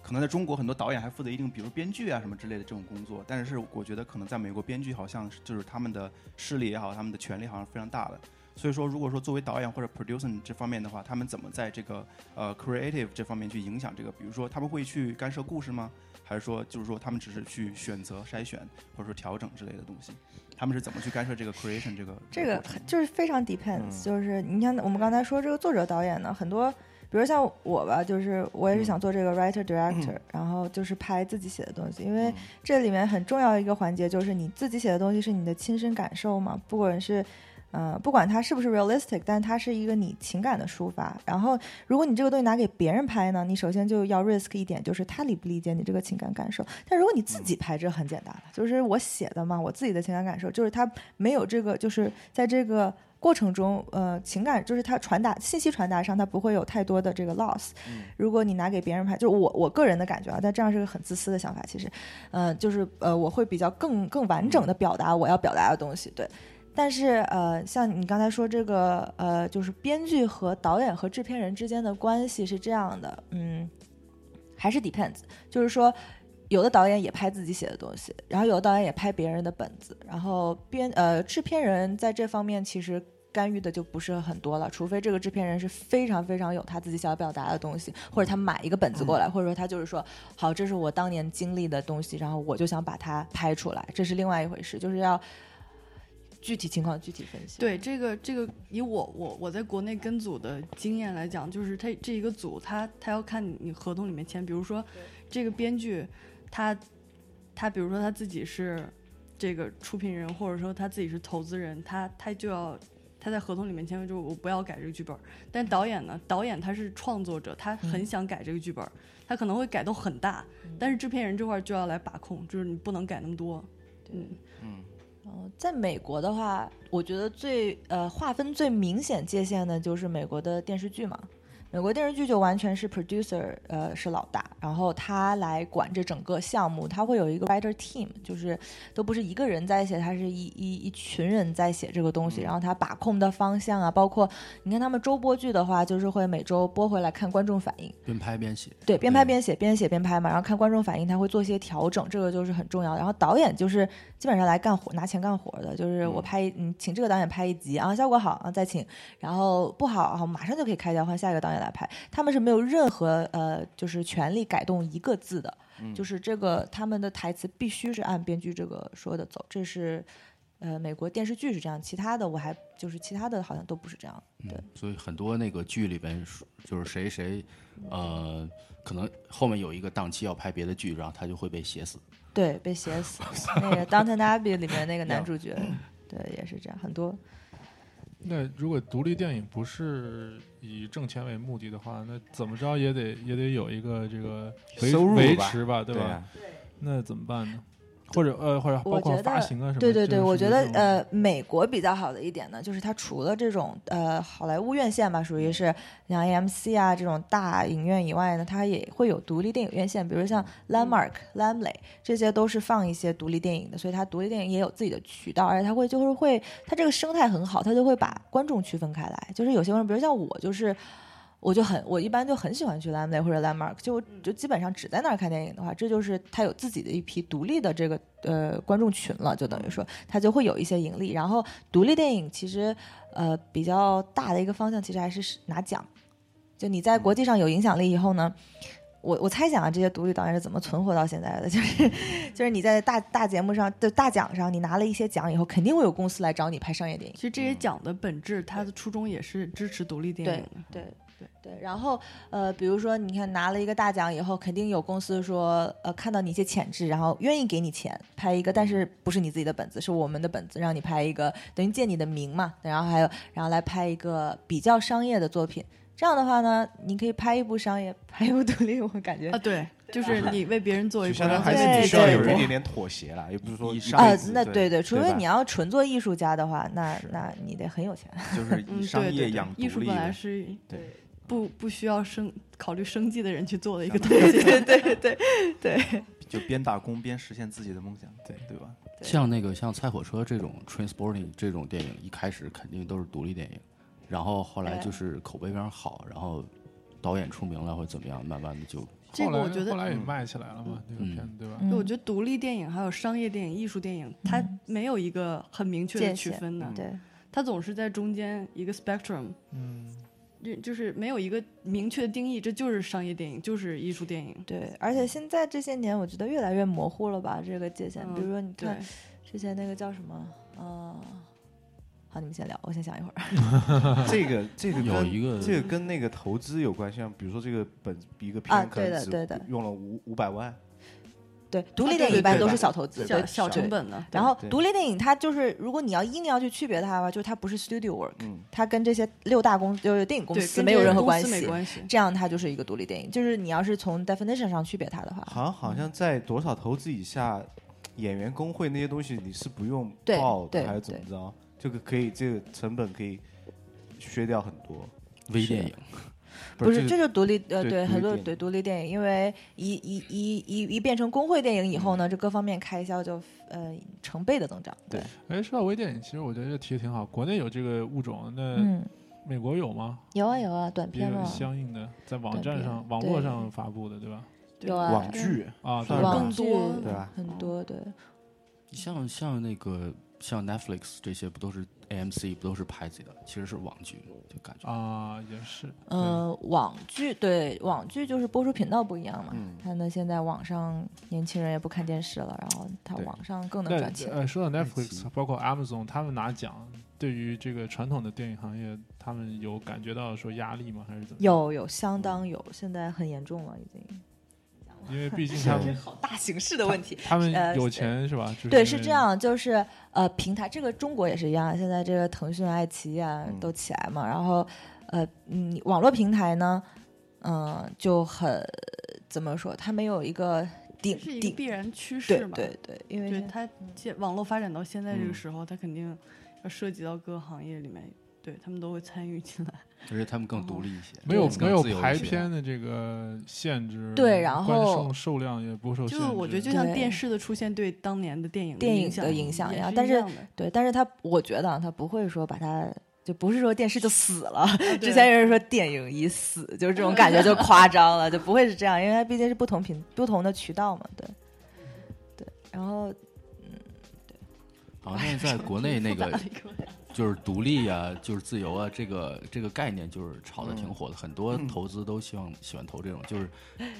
可能在中国很多导演还负责一定，比如编剧啊什么之类的这种工作，但是我觉得可能在美国，编剧好像是就是他们的势力也好，他们的权力好像是非常大的。所以说，如果说作为导演或者 producing 这方面的话，他们怎么在这个呃 creative 这方面去影响这个？比如说，他们会去干涉故事吗？还是说，就是说他们只是去选择、筛选或者说调整之类的东西？他们是怎么去干涉这个 creation 这个这个过程就是非常 depends，、嗯就是你看我们刚才说这个作者导演呢，很多，比如像我吧，就是我也是想做这个 writer director，、然 后就是拍自己写的东西，因为这里面很重要一个环节就是你自己写的东西是你的亲身感受嘛，不管是。呃，不管它是不是 realistic，但它是一个你情感的抒发。然后，如果你这个东西拿给别人拍呢，你首先就要 risk 一点，就是他理不理解你这个情感感受。但如果你自己拍，这很简单了，就是我写的嘛，我自己的情感感受，就是他没有这个，就是在这个过程中，呃，情感就是它传达信息传达上，它不会有太多的这个 loss。如果你拿给别人拍，就是我我个人的感觉啊，但这样是个很自私的想法，其实，呃，就是呃，我会比较更更完整的表达我要表达的东西，对。但是呃，像你刚才说这个呃，就是编剧和导演和制片人之间的关系是这样的，嗯，还是 depends，就是说。有的导演也拍自己写的东西，然后有的导演也拍别人的本子，然后编呃制片人在这方面其实干预的就不是很多了，除非这个制片人是非常非常有他自己想要表达的东西，或者他买一个本子过来，或者说他就是说，好，这是我当年经历的东西，然后我就想把它拍出来，这是另外一回事，就是要具体情况具体分析。对这个这个，以我我我在国内跟组的经验来讲，就是他这一个组，他他要看你合同里面签，比如说这个编剧，他他比如说他自己是这个出品人，或者说他自己是投资人，他他就要他在合同里面签，就是我不要改这个剧本。但导演呢，导演他是创作者，他很想改这个剧本，他可能会改到很大，但是制片人这块儿就要来把控，就是你不能改那么多。嗯，然后嗯在美国的话，我觉得最呃划分最明显界限的就是美国的电视剧嘛。美国电视剧就完全是 producer，呃是老大，然后他来管这整个项目，他会有一个 writer team，就是都不是一个人在写，他是一一一群人在写这个东西，然后他把控的方向啊，包括你看他们周播剧的话，就是会每周播回来看观众反应，边拍边写。对，边拍对边写，边写边拍嘛，然后看观众反应，他会做一些调整，这个就是很重要的。然后导演就是基本上来干活，拿钱干活的，就是我拍一，嗯，请这个导演拍一集啊，效果好啊再请，然后不好啊，马上就可以开掉，换下一个导演来拍。他们是没有任何呃，就是权利改动一个字的，就是这个他们的台词必须是按编剧这个说的走，这是。呃，美国电视剧是这样，其他的我还就是其他的好像都不是这样。对嗯，所以很多那个剧里边说，就是谁谁，呃，可能后面有一个档期要拍别的剧，然后他就会被写死。对，被写死。那个《Downton Abbey》里面那个男主角，对，也是这样，很多。那如果独立电影不是以挣钱为目的的话，那怎么着也得也得有一个这个维收入吧维持吧，对对吧？啊，那怎么办呢？或者呃，或者我包括觉得发行啊什么？对对对，我觉得这个是不是这种，呃，美国比较好的一点呢，就是它除了这种呃好莱坞院线吧，属于是像 AMC 啊这种大影院以外呢，它也会有独立电影院线，比如嗯像 Landmark、Lamley 这些都是放一些独立电影的，所以它独立电影也有自己的渠道，而且它会就是会它这个生态很好，它就会把观众区分开来，就是有些观众，比如像我就是。我就很，我一般就很喜欢去 Lamley 或者 Landmark，就就基本上只在那儿看电影的话，这就是它有自己的一批独立的这个呃观众群了，就等于说它就会有一些盈利。然后独立电影其实呃比较大的一个方向，其实还是拿奖。就你在国际上有影响力以后呢，我我猜想啊，这些独立导演是怎么存活到现在的？ 就是就是你在大大节目上的大奖上，你拿了一些奖以后，肯定会有公司来找你拍商业电影其。实这些奖的本质，它的初衷也是支持独立电影的。对对对，然后呃，比如说你看拿了一个大奖以后，肯定有公司说呃看到你一些潜质，然后愿意给你钱拍一个，但是不是你自己的本子，是我们的本子，让你拍一个，等于借你的名嘛，然后还有然后来拍一个比较商业的作品。这样的话呢，你可以拍一部商业，拍一部独立，我感觉 啊，对，就是你为别人做一就波，相当于还然后是对你需要有对一点点妥协啦，也不是说以一上啊辈子，那对对，除对非吧你要纯做艺术家的话，那是那你得很有钱。就是嗯，以对商对业对养艺独术立本来的，是对不不需要生考虑生计的人去 做的一个东西。对对对对，就边打工边实现自己的梦想，对对吧？对像那个像《菜火车》这种《Transporting》这种电影，一开始肯定都是独立电影，然后后来对就是口碑非常好，然后导演出名了或者怎么样，慢慢的就这后呃来个我觉后得。来嗯也卖起来了嘛，这个片子对嗯吧？对我觉得独立电影还有商业电影、艺术电影，它没有一个很明确的界区限分的，对，它总是在中间一个 spectrum，嗯，就就是没有一个明确的定义，这就是商业电影，就是艺术电影。对，而且现在这些年，我觉得越来越模糊了吧，这个界限。比如嗯说，你对看，之前那个叫什么，呃，好，你们先聊，我先想一会儿。 这个这个有跟一个这个跟那个投资有关系，像比如说这个本一个啊片可对能的对的只用了五五百万，对，独啊立对电影对一般对都是吧小投资，小对小成。本的，然后对独立电影它就是，如果你要硬要去区别它吧，就是它不是 studio work，嗯，它跟这些六大公就是电影公对，司跟没这有个任何公关司系没。关系。这样它就是一个独立电影。就是你要是从 definition 上区别它的话，好像好嗯像在多少投资以下，演员工会那些东西你是不用对报对的，还是怎么着？这个可以，这个成本可以削掉很多。微电影，不是，这这个就独立呃，对对，独立很多电影对独立电影，因为一一一一一变成工会电影以后呢，这各方面开销就呃成倍的增长。对，哎，说到微电影，其实我觉得这题挺好。国内有这个物种，那嗯，美国有吗？有啊有啊，短也片有嘛，相应的在网短站片上、网络对上发布的，对吧？对有啊，网剧啊，算对是吧吧更剧多对吧很多对，像像那个像 Netflix 这些不都是 AMC 不都是拍自己的，其实是网剧，就感觉啊，也是，对呃，网剧对网剧就是播出频道不一样嘛嗯，它呢现在网上年轻人也不看电视了，然后它对网上更能那赚钱。呃，说到爱奇 Netflix，包括 Amazon，他们拿奖，对于这个传统的电影行业，他们有感觉到说压力吗？还是怎么？，有有相当有，现在很严重了已经。因为毕竟他们好大形势的问题。他呃们有是钱是吧？就是对，因是这为。样，就是呃，平台这个中国也是一样，现在这个腾讯、爱奇艺啊嗯都起来嘛，然后呃，嗯，网络平台呢，嗯、就很怎么说，它没有一个顶是一个顶，必然趋对势嘛？对嗯对，因为对，现它现网络发展到现在这个时候，它肯定要涉及到各个行业里面，对他们都会参与进来。而且他们更独立一哦些，没有更没有自由一排些片的这个限制，对然观后众数量也不受限就制。我觉得，就对像电视的出现对当年的电影电影影的影响也一样是但一是样的对，但是它我觉得啊它不会说把它。就不是说电视就死了， 之对前有人说电影已死，就是这种感觉就夸张了，就不会是这样，因为它毕竟是不同频、不同的渠道嘛，对，对。然后好像在国内那个就是独立啊，就是自由啊，这个这个概念就是炒的挺嗯火的，很多投资都希望喜欢投这种，就是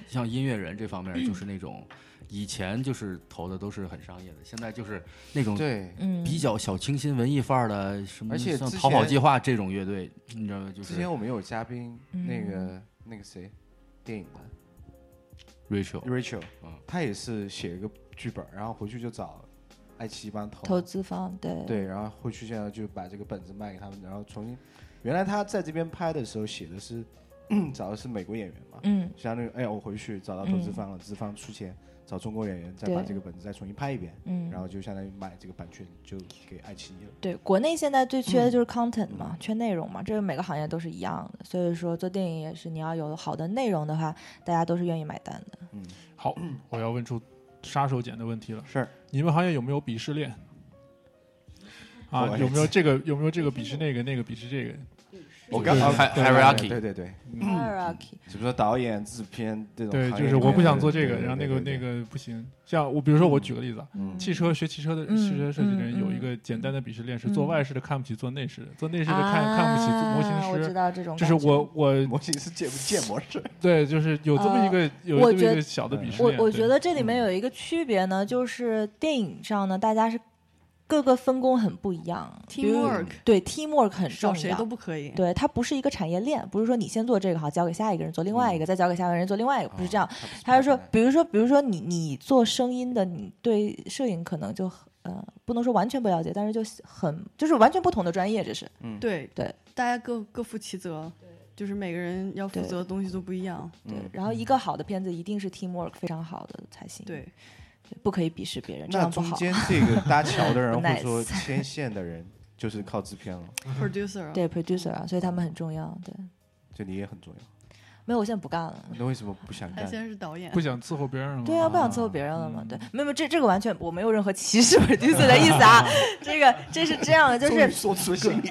像音乐人这方面，就是那种以前就是投的都是很商业的，现在就是那种对，嗯，比较小清新文艺范儿的，什么而且像之逃跑前计划这种乐队，你知道吗？就之是前我们有嘉宾，那个嗯那个谁，电影的 Rachel， Rachel，嗯他也是写一个剧本，然后回去就找爱奇艺帮他投资方，对对，然后回去现在就把这个本子卖给他们，然后重新，原来他在这边拍的时候写的是， 找的是美国演员嘛，嗯相当于哎我回去找到投资方了，资方出钱找中国演员，再对把这个本子再重新拍一遍，嗯，然后就相当于买这个版权就给爱奇艺了。对，国内现在最缺嗯的就是 content 嘛，缺内容嘛，这个每个行业都是一样的，所以说做电影也是，你要有好的内容的话，大家都是愿意买单的。嗯，好，我要问出杀手锏的问题了。是你们行业有没有鄙视链？我啊，也有没有这个？有没有这个鄙视那个？那个鄙视这个？我啊刚刚还对 hierarchy 对对对，嗯 Hierarchy，只不过导演、制片这种对，行就业是里我面不想的做这对个，对然后那对个对那对个不行。像我，比如说我举个例子啊，嗯汽车学汽车的嗯汽车设计的人嗯有一嗯个简单的鄙视链，是嗯做外事的看不起做内事的，做内事的啊，看看不起做模我型知师。道这种就感是觉，我我 模型是建不建模式？对，就是有这么一个有呃我这么觉一得个小的鄙视我链。我对觉得这里面有一个区别呢，就是电影上呢，大家是各个分工很不一样比如 teamwork，对 teamwork 很少重谁要都。不可以。对，它不是一个产业链，不是说你先做这个好，交给下一个人做另外一个，再交给下一个人做另外一个，不是这样。他就说，比如说，比如说你你做声音的，你对摄影可能就很呃不能说完全不了解，但是就很就是完全不同的专业，这是对对，大家各各负其责，就是每个人要负对责的东西都不一样。嗯对。然后一个好的片子一定是 teamwork 非常好的才行，对，对，不可以鄙视别人，这那样不中好。间这个搭桥的人，不或者 说 nice 牵线的人，就是靠制片了， producer 啊对 producer 啊，所以他们很重要。对，就你也很重要。没有，我现在不干了。嗯那为什么不想他干？现在是导演，不想伺候别人了。对啊，不想伺候别人了嗯嘛？嗯对，没有没有，这这个完全我没有任何歧视 producer 的意思啊， 这个这是这样的，就是说出心里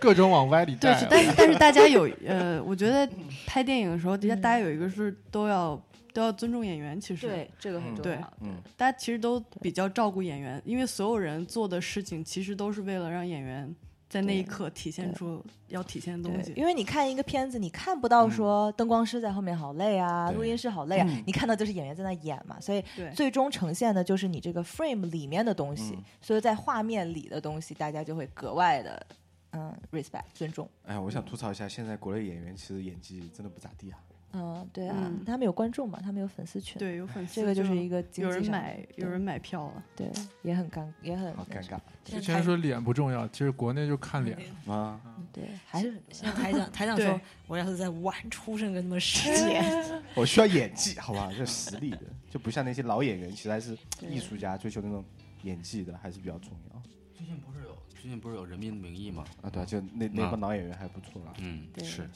各种往歪里哎对带是啊。但是但是大家 有呃，我觉得拍电影的时候，嗯大家大家有一个是都要都要尊重演员，其实对这个很重嗯对要。嗯大家其实都比较照顾演员，因为所有人做的事情其实都是为了让演员在那一刻体现出要体现的东对，西。因为你看一个片子，你看不嗯到说灯光师在后面好累啊，对录音师好累啊，你看到就是演员在那演嘛，所以对嗯最终呈现的就是你这个 frame 里面的东西，所以在画面里的东西，大家就会格外的嗯 respect 尊重。嗯哎，我想吐槽一下，现在国内演员其实演技真的不咋地啊。嗯，对啊，嗯他们有观众嘛，他们有粉丝群，对，有粉丝这个就是一个经有济人上的买有人买票了，对，也很尴也很好尴尬之前说脸不重要，其实国内就看脸。啊！对，还是像台 长，台长对说，我要是在玩出生跟他们世界，我需要演技，好吧，这实力的，就不像那些老演员，其实还是艺术家，追求那种演技的还是比较重要最近不是有最近不是有《人民的名义》吗？啊。对啊，就那那啊帮老演员还不错啦。嗯，对是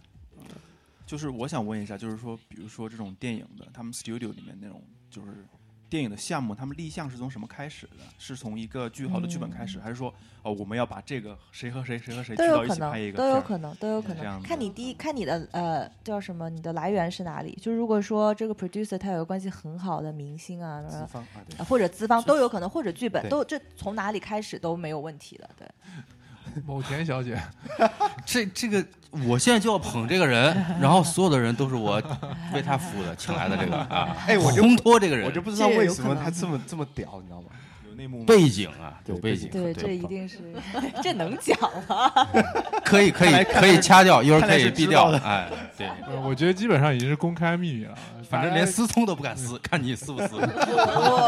就是我想问一下，就是说，比如说这种电影的，他们 studio 里面那种，就是电影的项目，他们立项是从什么开始的？是从一个巨好的剧本开始，嗯还是说，哦，我们要把这个谁和谁谁和谁聚都有到一可起拍一能，个都有片可能，都有可这样能。子看你第一，看你的呃叫什么，你的来源是哪里？就如果说这个 producer 他有个关系很好的明星啊，资呃方啊，对，或者资方都有可能，或者剧本对都这从哪里开始都没有问题的。对，某田小姐，这这个，我现在就要捧这个人，然后所有的人都是我为他服务的，请来的这个 啊，哎，我就烘托这个人，我就不知道这也为有什可么能他这么这么屌，你知道吗？儿有内幕吗？背景啊，对有背景，背这一定是 这能讲吗？可以可以可以掐掉，一会儿可看来以是毙知道掉，的哎， 对，呃我觉得基本上已经是公开秘密了。反正连撕通都不敢撕，看你撕不 撕。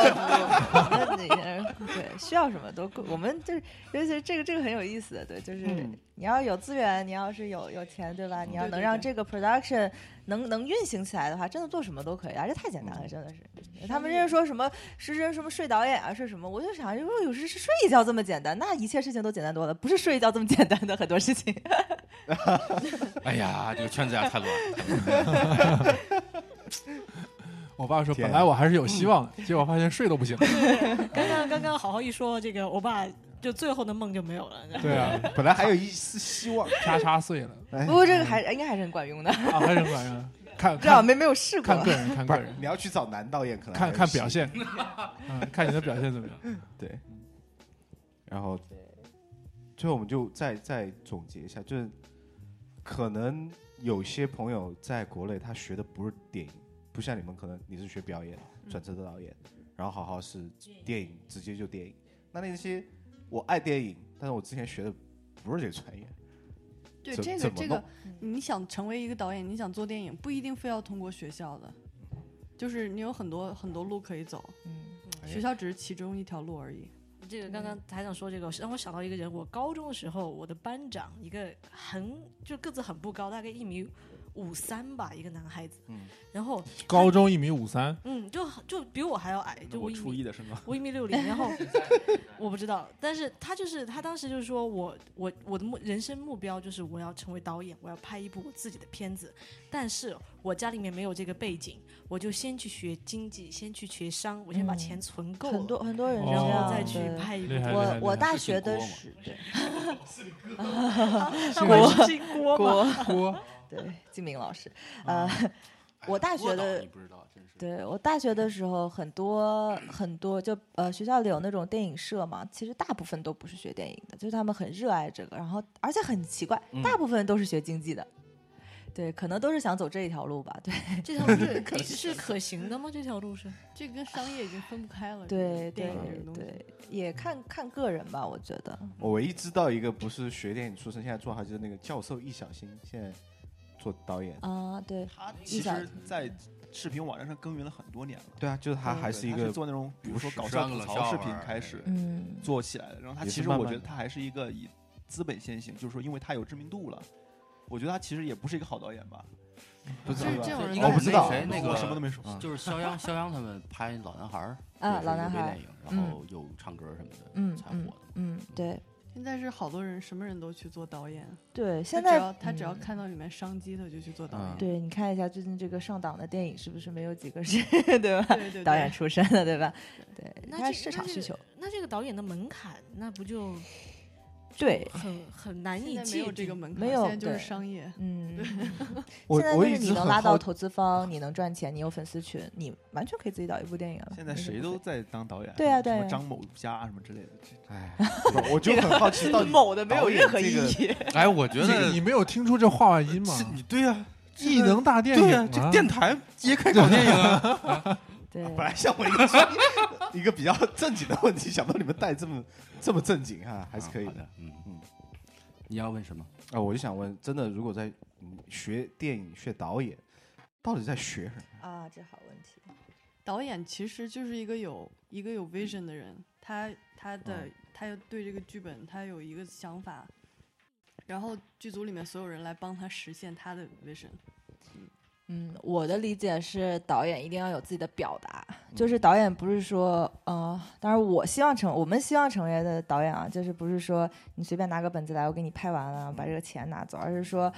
我不， 对，需要什么都，我们就是，尤其是这个这个很有意思的，对，就是你要有资源，你要是有有钱，对吧？你要嗯对能对让对这个 production 能能运行起来的话，真的做什么都可以啊，这太简嗯单了，真的是。他们人家说什么是是什么睡导演啊，是什么？我就想，如果有时是睡一觉这么简单，那一切事情都简单多了，不是睡一觉这么简单的很多事 情。哎呀，这个圈子呀太乱了，我爸说，天本啊来我还是有嗯希望的，结果发现睡都不 行。刚刚刚刚好好一说这个，我爸就最后的梦就没有了。对啊，本来还有一丝希望，咔嚓碎了哎不过这个还应该还是很管 用的，啊，还是管用。看知道看没没有试过看。个人，看不个是人，你要去找男导演，可能还看有看戏表现，嗯，看你的表现怎么样。对，然后最后我们就再再总结一下，就是可能有些朋友在国内他学的不是电影，不像你们可能你是学表演，转成的导演，然后好好是电影，直接就电影。那那些我爱电影，但是我之前学的不是这个专业，对怎这个怎么这个弄，你想成为一个导演，你想做电影，不一定非要通过学校的，就是你有很多很多路可以走，哎学校只是其中一条路而已。这嗯个刚刚台长说这个，让我想到一个人。我高中的时候，我的班长一个很就个子很不高，大概一米五三吧，一个男孩子。嗯然后高中一米五三，嗯，就就比我还要矮，那就我一初米一的身高，我一米六零，然后我不知道，但是他就是他当时就是说我我我的目人生目标就是我要成为导演，我要拍一部我自己的片子，但是我家里面没有这个背景，我就先去学经济，先去学商，我先把嗯钱存够 很了，多很多人哦这然样，后再去对拍一部厉害厉害我厉我害大是姓学的郭吗时，对我姓 郭嘛，郭 对，金明老师，呃， 我大学的哎你不知道，真是。对我大学的时候，很多很多就呃学校里有那种电影社嘛，其实大部分都不是学电影的，就是他们很热爱这个，然后而且很奇怪，大部分都是学经济的，对，可能都是想走这一条路吧，对这条路是是可行的吗？这条路是这跟商业已经分不开了。对电对影这个东西，对，也看看个人吧，我觉得，我唯一知道一个不是学电影出身，现在做好就是那个教授易小星，现在做导演。啊、对，他其实，在视频网站上耕耘了很多年了。对啊，就是他对还对是一他个做那种，比如说搞不是笑个吐冷槽笑视话频儿开始嗯，做起来的。然后他也其是实慢我慢觉得地他还是一个以资本先行，就是说因为他有知名度了，我觉得他其实也不是一个好导演吧。不知就是道这种人我不知道那谁那我个什么都没说。就是肖央，肖央他们拍《老男孩》儿嗯啊也是老男一部孩儿电影，然后又唱歌什么的，嗯才火嗯的。嗯，对，现在是好多人什么人都去做导演，对，他现只在要他只要嗯看到里面商机，他就去做导嗯 演。对，你看一下最近这个上档的电影，是不是没有几个是 对吧？对对导演出身的，对吧？对，那它这市场需求。那这个导演的门槛，那不就 对，很很难以现在没界有这定个门槛，没有现在就是对商业。嗯，我现在我就一是你直能很拉到好投资方，你能赚钱，你有粉丝群，你完全可以自己导一部电影了。现在为什谁么都不在当导演，对啊什么对啊张某家啊什么之类的，这哎，不是我就很好奇到底某的没有导演任何这意个 义。哎，我觉这个得你没有听出这话外音吗？是你对呀，这异个能大电对影呀，啊，这电台也可以搞电影啊。对，本来想我一 个一个比较正经的问题，想不到你们带这么这么正经啊，还是可以啊好的。的，嗯嗯嗯。你要问什么？啊，我就想问，真的，如果在嗯学电影、学导演，到底在学什么？啊，这好问题。 导演其实就是一个有一个有 vision 的人，他他嗯的、他要对这个剧本他有一个想法，然后剧组里面所有人来帮他实现他的 vision。嗯，我的理解是，导演一定要有自己的表达，嗯就是导演不是说，呃，当然我希望成，我们希望成为的导演啊，就是不是说你随便拿个本子来，我给你拍完了，把这个钱拿走，而是说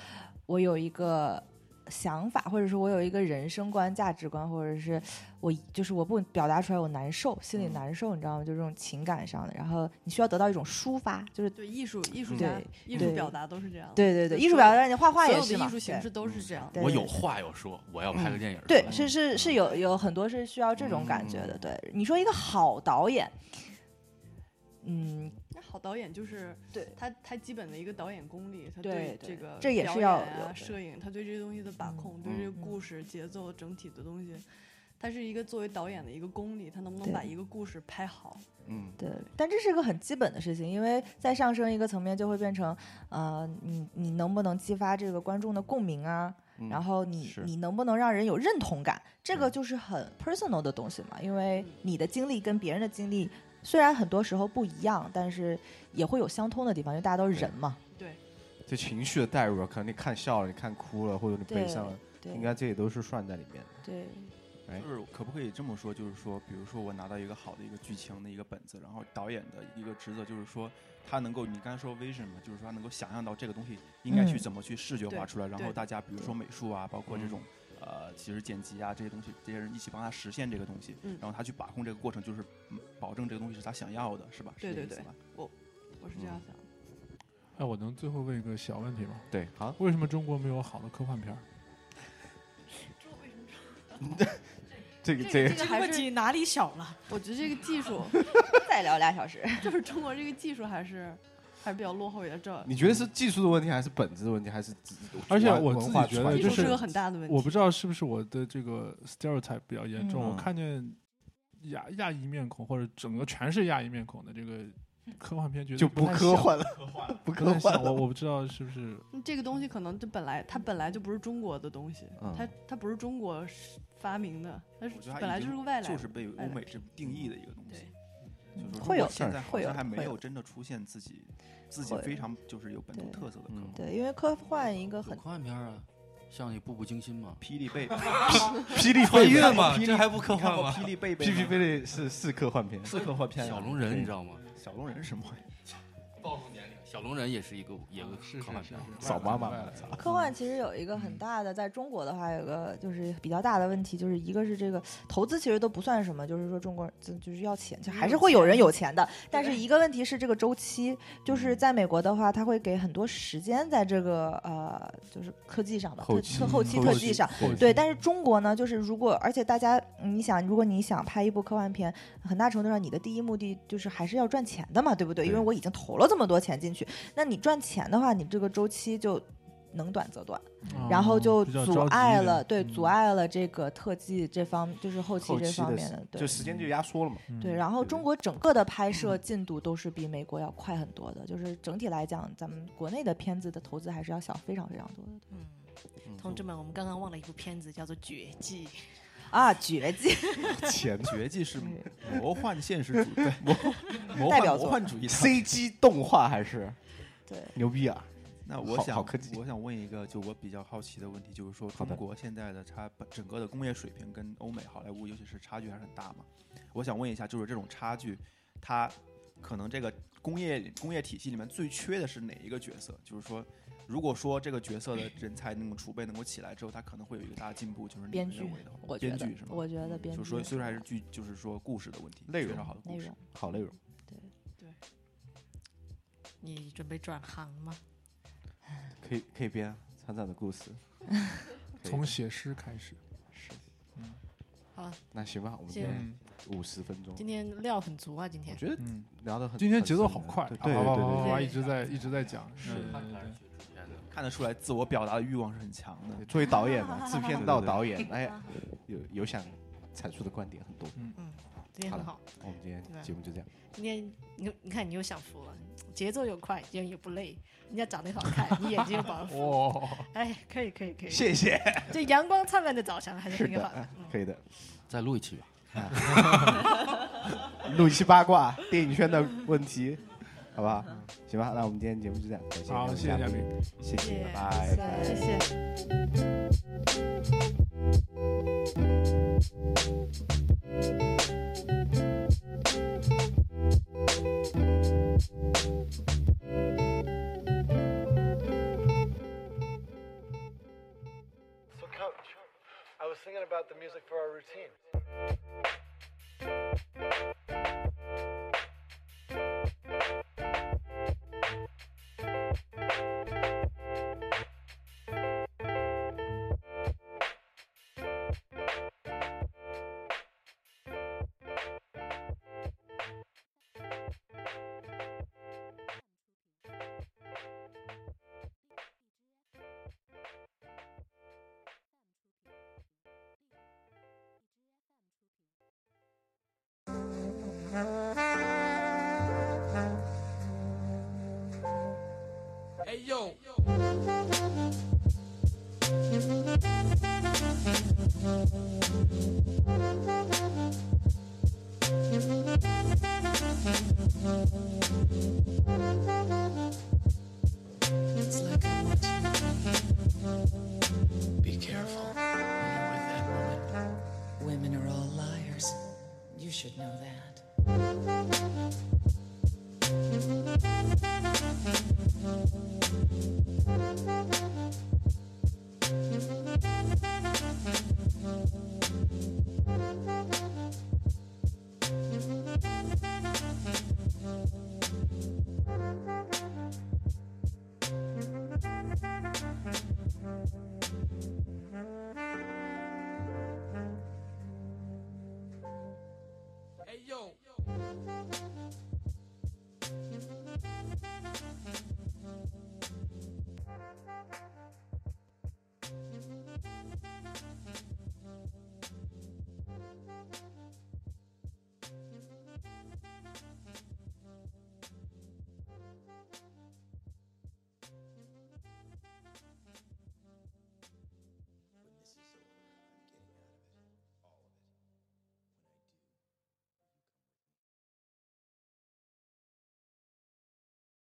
我有一个想法，或者说我有一个人生观、价值观，或者是我就是我不表达出来，我难受，心嗯里难受，你知道吗？就这种情感上的，然后你需要得到一种抒发，就是对艺术艺术嗯家对艺术对表达都是这样的。对对对，就艺术所表有达，你画画所也有是的嘛，艺术形对嗯式都是这样的。对我有话要说，我要拍个电影。对，吧是是是有有很多是需要这种感觉的。对，你说一个好导演，嗯，那好导演就是对他他基本的一个导演功力，他对对这个这也表是要演有啊的嗯摄影，他对这些东西的把控，对这个故事节奏整体的东西，他是一个作为导演的一个功力，他能不能对把一个故事拍好？嗯，对，但这是一个很基本的事情，因为再上升一个层面，就会变成，呃，你你能不能激发这个观众的共鸣啊？然后你是你能不能让人有认同感？这个就是很 personal 的东西嘛，因为你的经历跟别人的经历虽然很多时候不一样，但是也会有相通的地方，因为大家都是人嘛。这情绪的代入啊，可能你看笑了，你看哭了，或者你悲伤了，对应该这些都是算在里面的。对，就是可不可以这么说？就是说，比如说我拿到一个好的一个剧情的一个本子，然后导演的一个职责就是说，他能够你刚才说 vision 嘛，就是说他能够想象到这个东西应该去嗯怎么去视觉化对出来，然后对大家比如说美术啊，包括这种。呃，其实剪辑啊这些东西，这些人一起帮他实现这个东西，嗯然后他去把控这个过程，就是嗯保证这个东西是他想要的，是吧？是对这对意思对吧我是这样嗯想的。哎，我能最后问一个小问题吗？对，好，为什么中国没有好的科幻片儿？这个这个这个这个还问是题哪里小了？我觉得这个技 术再聊俩小时。就是中国这个技术还是还是比较落后一点，这你觉得是技术的问题，还是本质的问题，还是只而且文我文自己化觉得传技就术统是是个很大的问题。我不知道是不是我的这个 stereotype 比较严重，嗯我看见亚亚裔面孔或者整个全是亚裔面孔的这个嗯科幻片，觉得就不不太科像，幻了，不不科太幻像。我了。我不知道是不是嗯这个东西可能就本来它本来就不是中国的东西，嗯它它不是中国是发明的，它是我觉得它本来已就经是个外来就的，是被外欧来美这定义的一个东西。就是说会有嗯现在好会有像还没会有有真的出现自己自己会有非常就是有本土对特色的嗯科幻。对，因为科幻一个有很科幻片儿啊，像你《步步惊心》嘛，霹雳贝， 霹雳穿飞越跃嘛，霹雳这还不科 你看幻过吗？霹雳贝贝霹雳吗飞跃是是科幻片，是科幻片啊，小龙人你知道吗？小龙人是什么玩意儿？小龙人也啊是一个 也啊有个科幻片儿，扫妈妈嘛，科幻其实有一个很大的，在中国的话有个就是比较大的问题，就是一个是这个投资其实都不算什么，就是说中国人就就是要钱，就还是会有人有钱的，但是一个问题是这个周期，就是在美国的话，他会给很多时间在这个呃就是科技上吧，后特期特后嗯期后特期技上。后对，但是中国呢，就是如果，而且大家，嗯你想，如果你想拍一部科幻片，很大程度上你的第一目的就是还是要赚钱的嘛，对不对？因为对我已经投了这么多钱进去，那你赚钱的话，你这个周期就能短则短，哦嗯然后就阻碍了，对，阻。哦碍了这个特技这方，就是后嗯期后这期方的面时的，就对。时间就压缩了 嘛。比较着急一点嗯对，然后对嗯中国整个的拍摄进度都是比美国要快很多的，就是整体来讲，咱们国内的片子的投资还是要小非常非常多的嗯，同志们，我们刚刚忘了一部片子，叫做《绝技》。啊， 绝技。前绝技 是对魔幻现实主义，对魔魔代幻表魔作幻主义的。 CG 动画还是 对，牛逼啊！那我好想好科技我想问一个，就我比较好奇的问题，就是说好中的国现在的它本整个的工业水平跟欧美好莱坞，尤其是差距还是很大嘛？我想问一下，就是这种差距，它可能这个工业里工业体系里面最缺的是哪一个角色？就是说，如果说这个角色的人才那种储备能够起来之后，他可能会有一个大的进步，就是你编们剧认为的话，我觉编得剧是吗？嗯我觉得编就剧是说，虽然还是剧，就是说故事的问题，内容缺少好的故内事容，好内容。你准备转行吗？可以可以编啊惨惨的故事。可以从写诗开始，好，那行吧，我们行编嗯，五十分钟，今天料很足啊，今我天。觉得嗯聊得很。今天很节奏深好的快，对哇对哇对哇哇对哇，对一直在一直在讲，是对对看对来是学制片的。看得出来自我表达的啊欲望是很强的对，。作为导演 嘛，制片到对对对导演，哎，有有想阐述的观点很多。今天很好，我们今对天节目就这样，今天你你看你又享福了，节奏又快，人也不累，人家长得又好看，你眼睛又保对，护，哇，哎，可以可以可以，谢谢。这阳光灿烂的早上还是是挺好的嗯的。，可以的。再录一期吧。录一期八卦电影圈的问题，好不好？行吧，那我们今天节目就这样，感谢好各位谢谢嘉宾，谢谢谢谢，拜谢拜。谢谢。 So, coach, I was thinking about the music for our routine. Be careful when you're with that woman. Women are all liars. You should know that.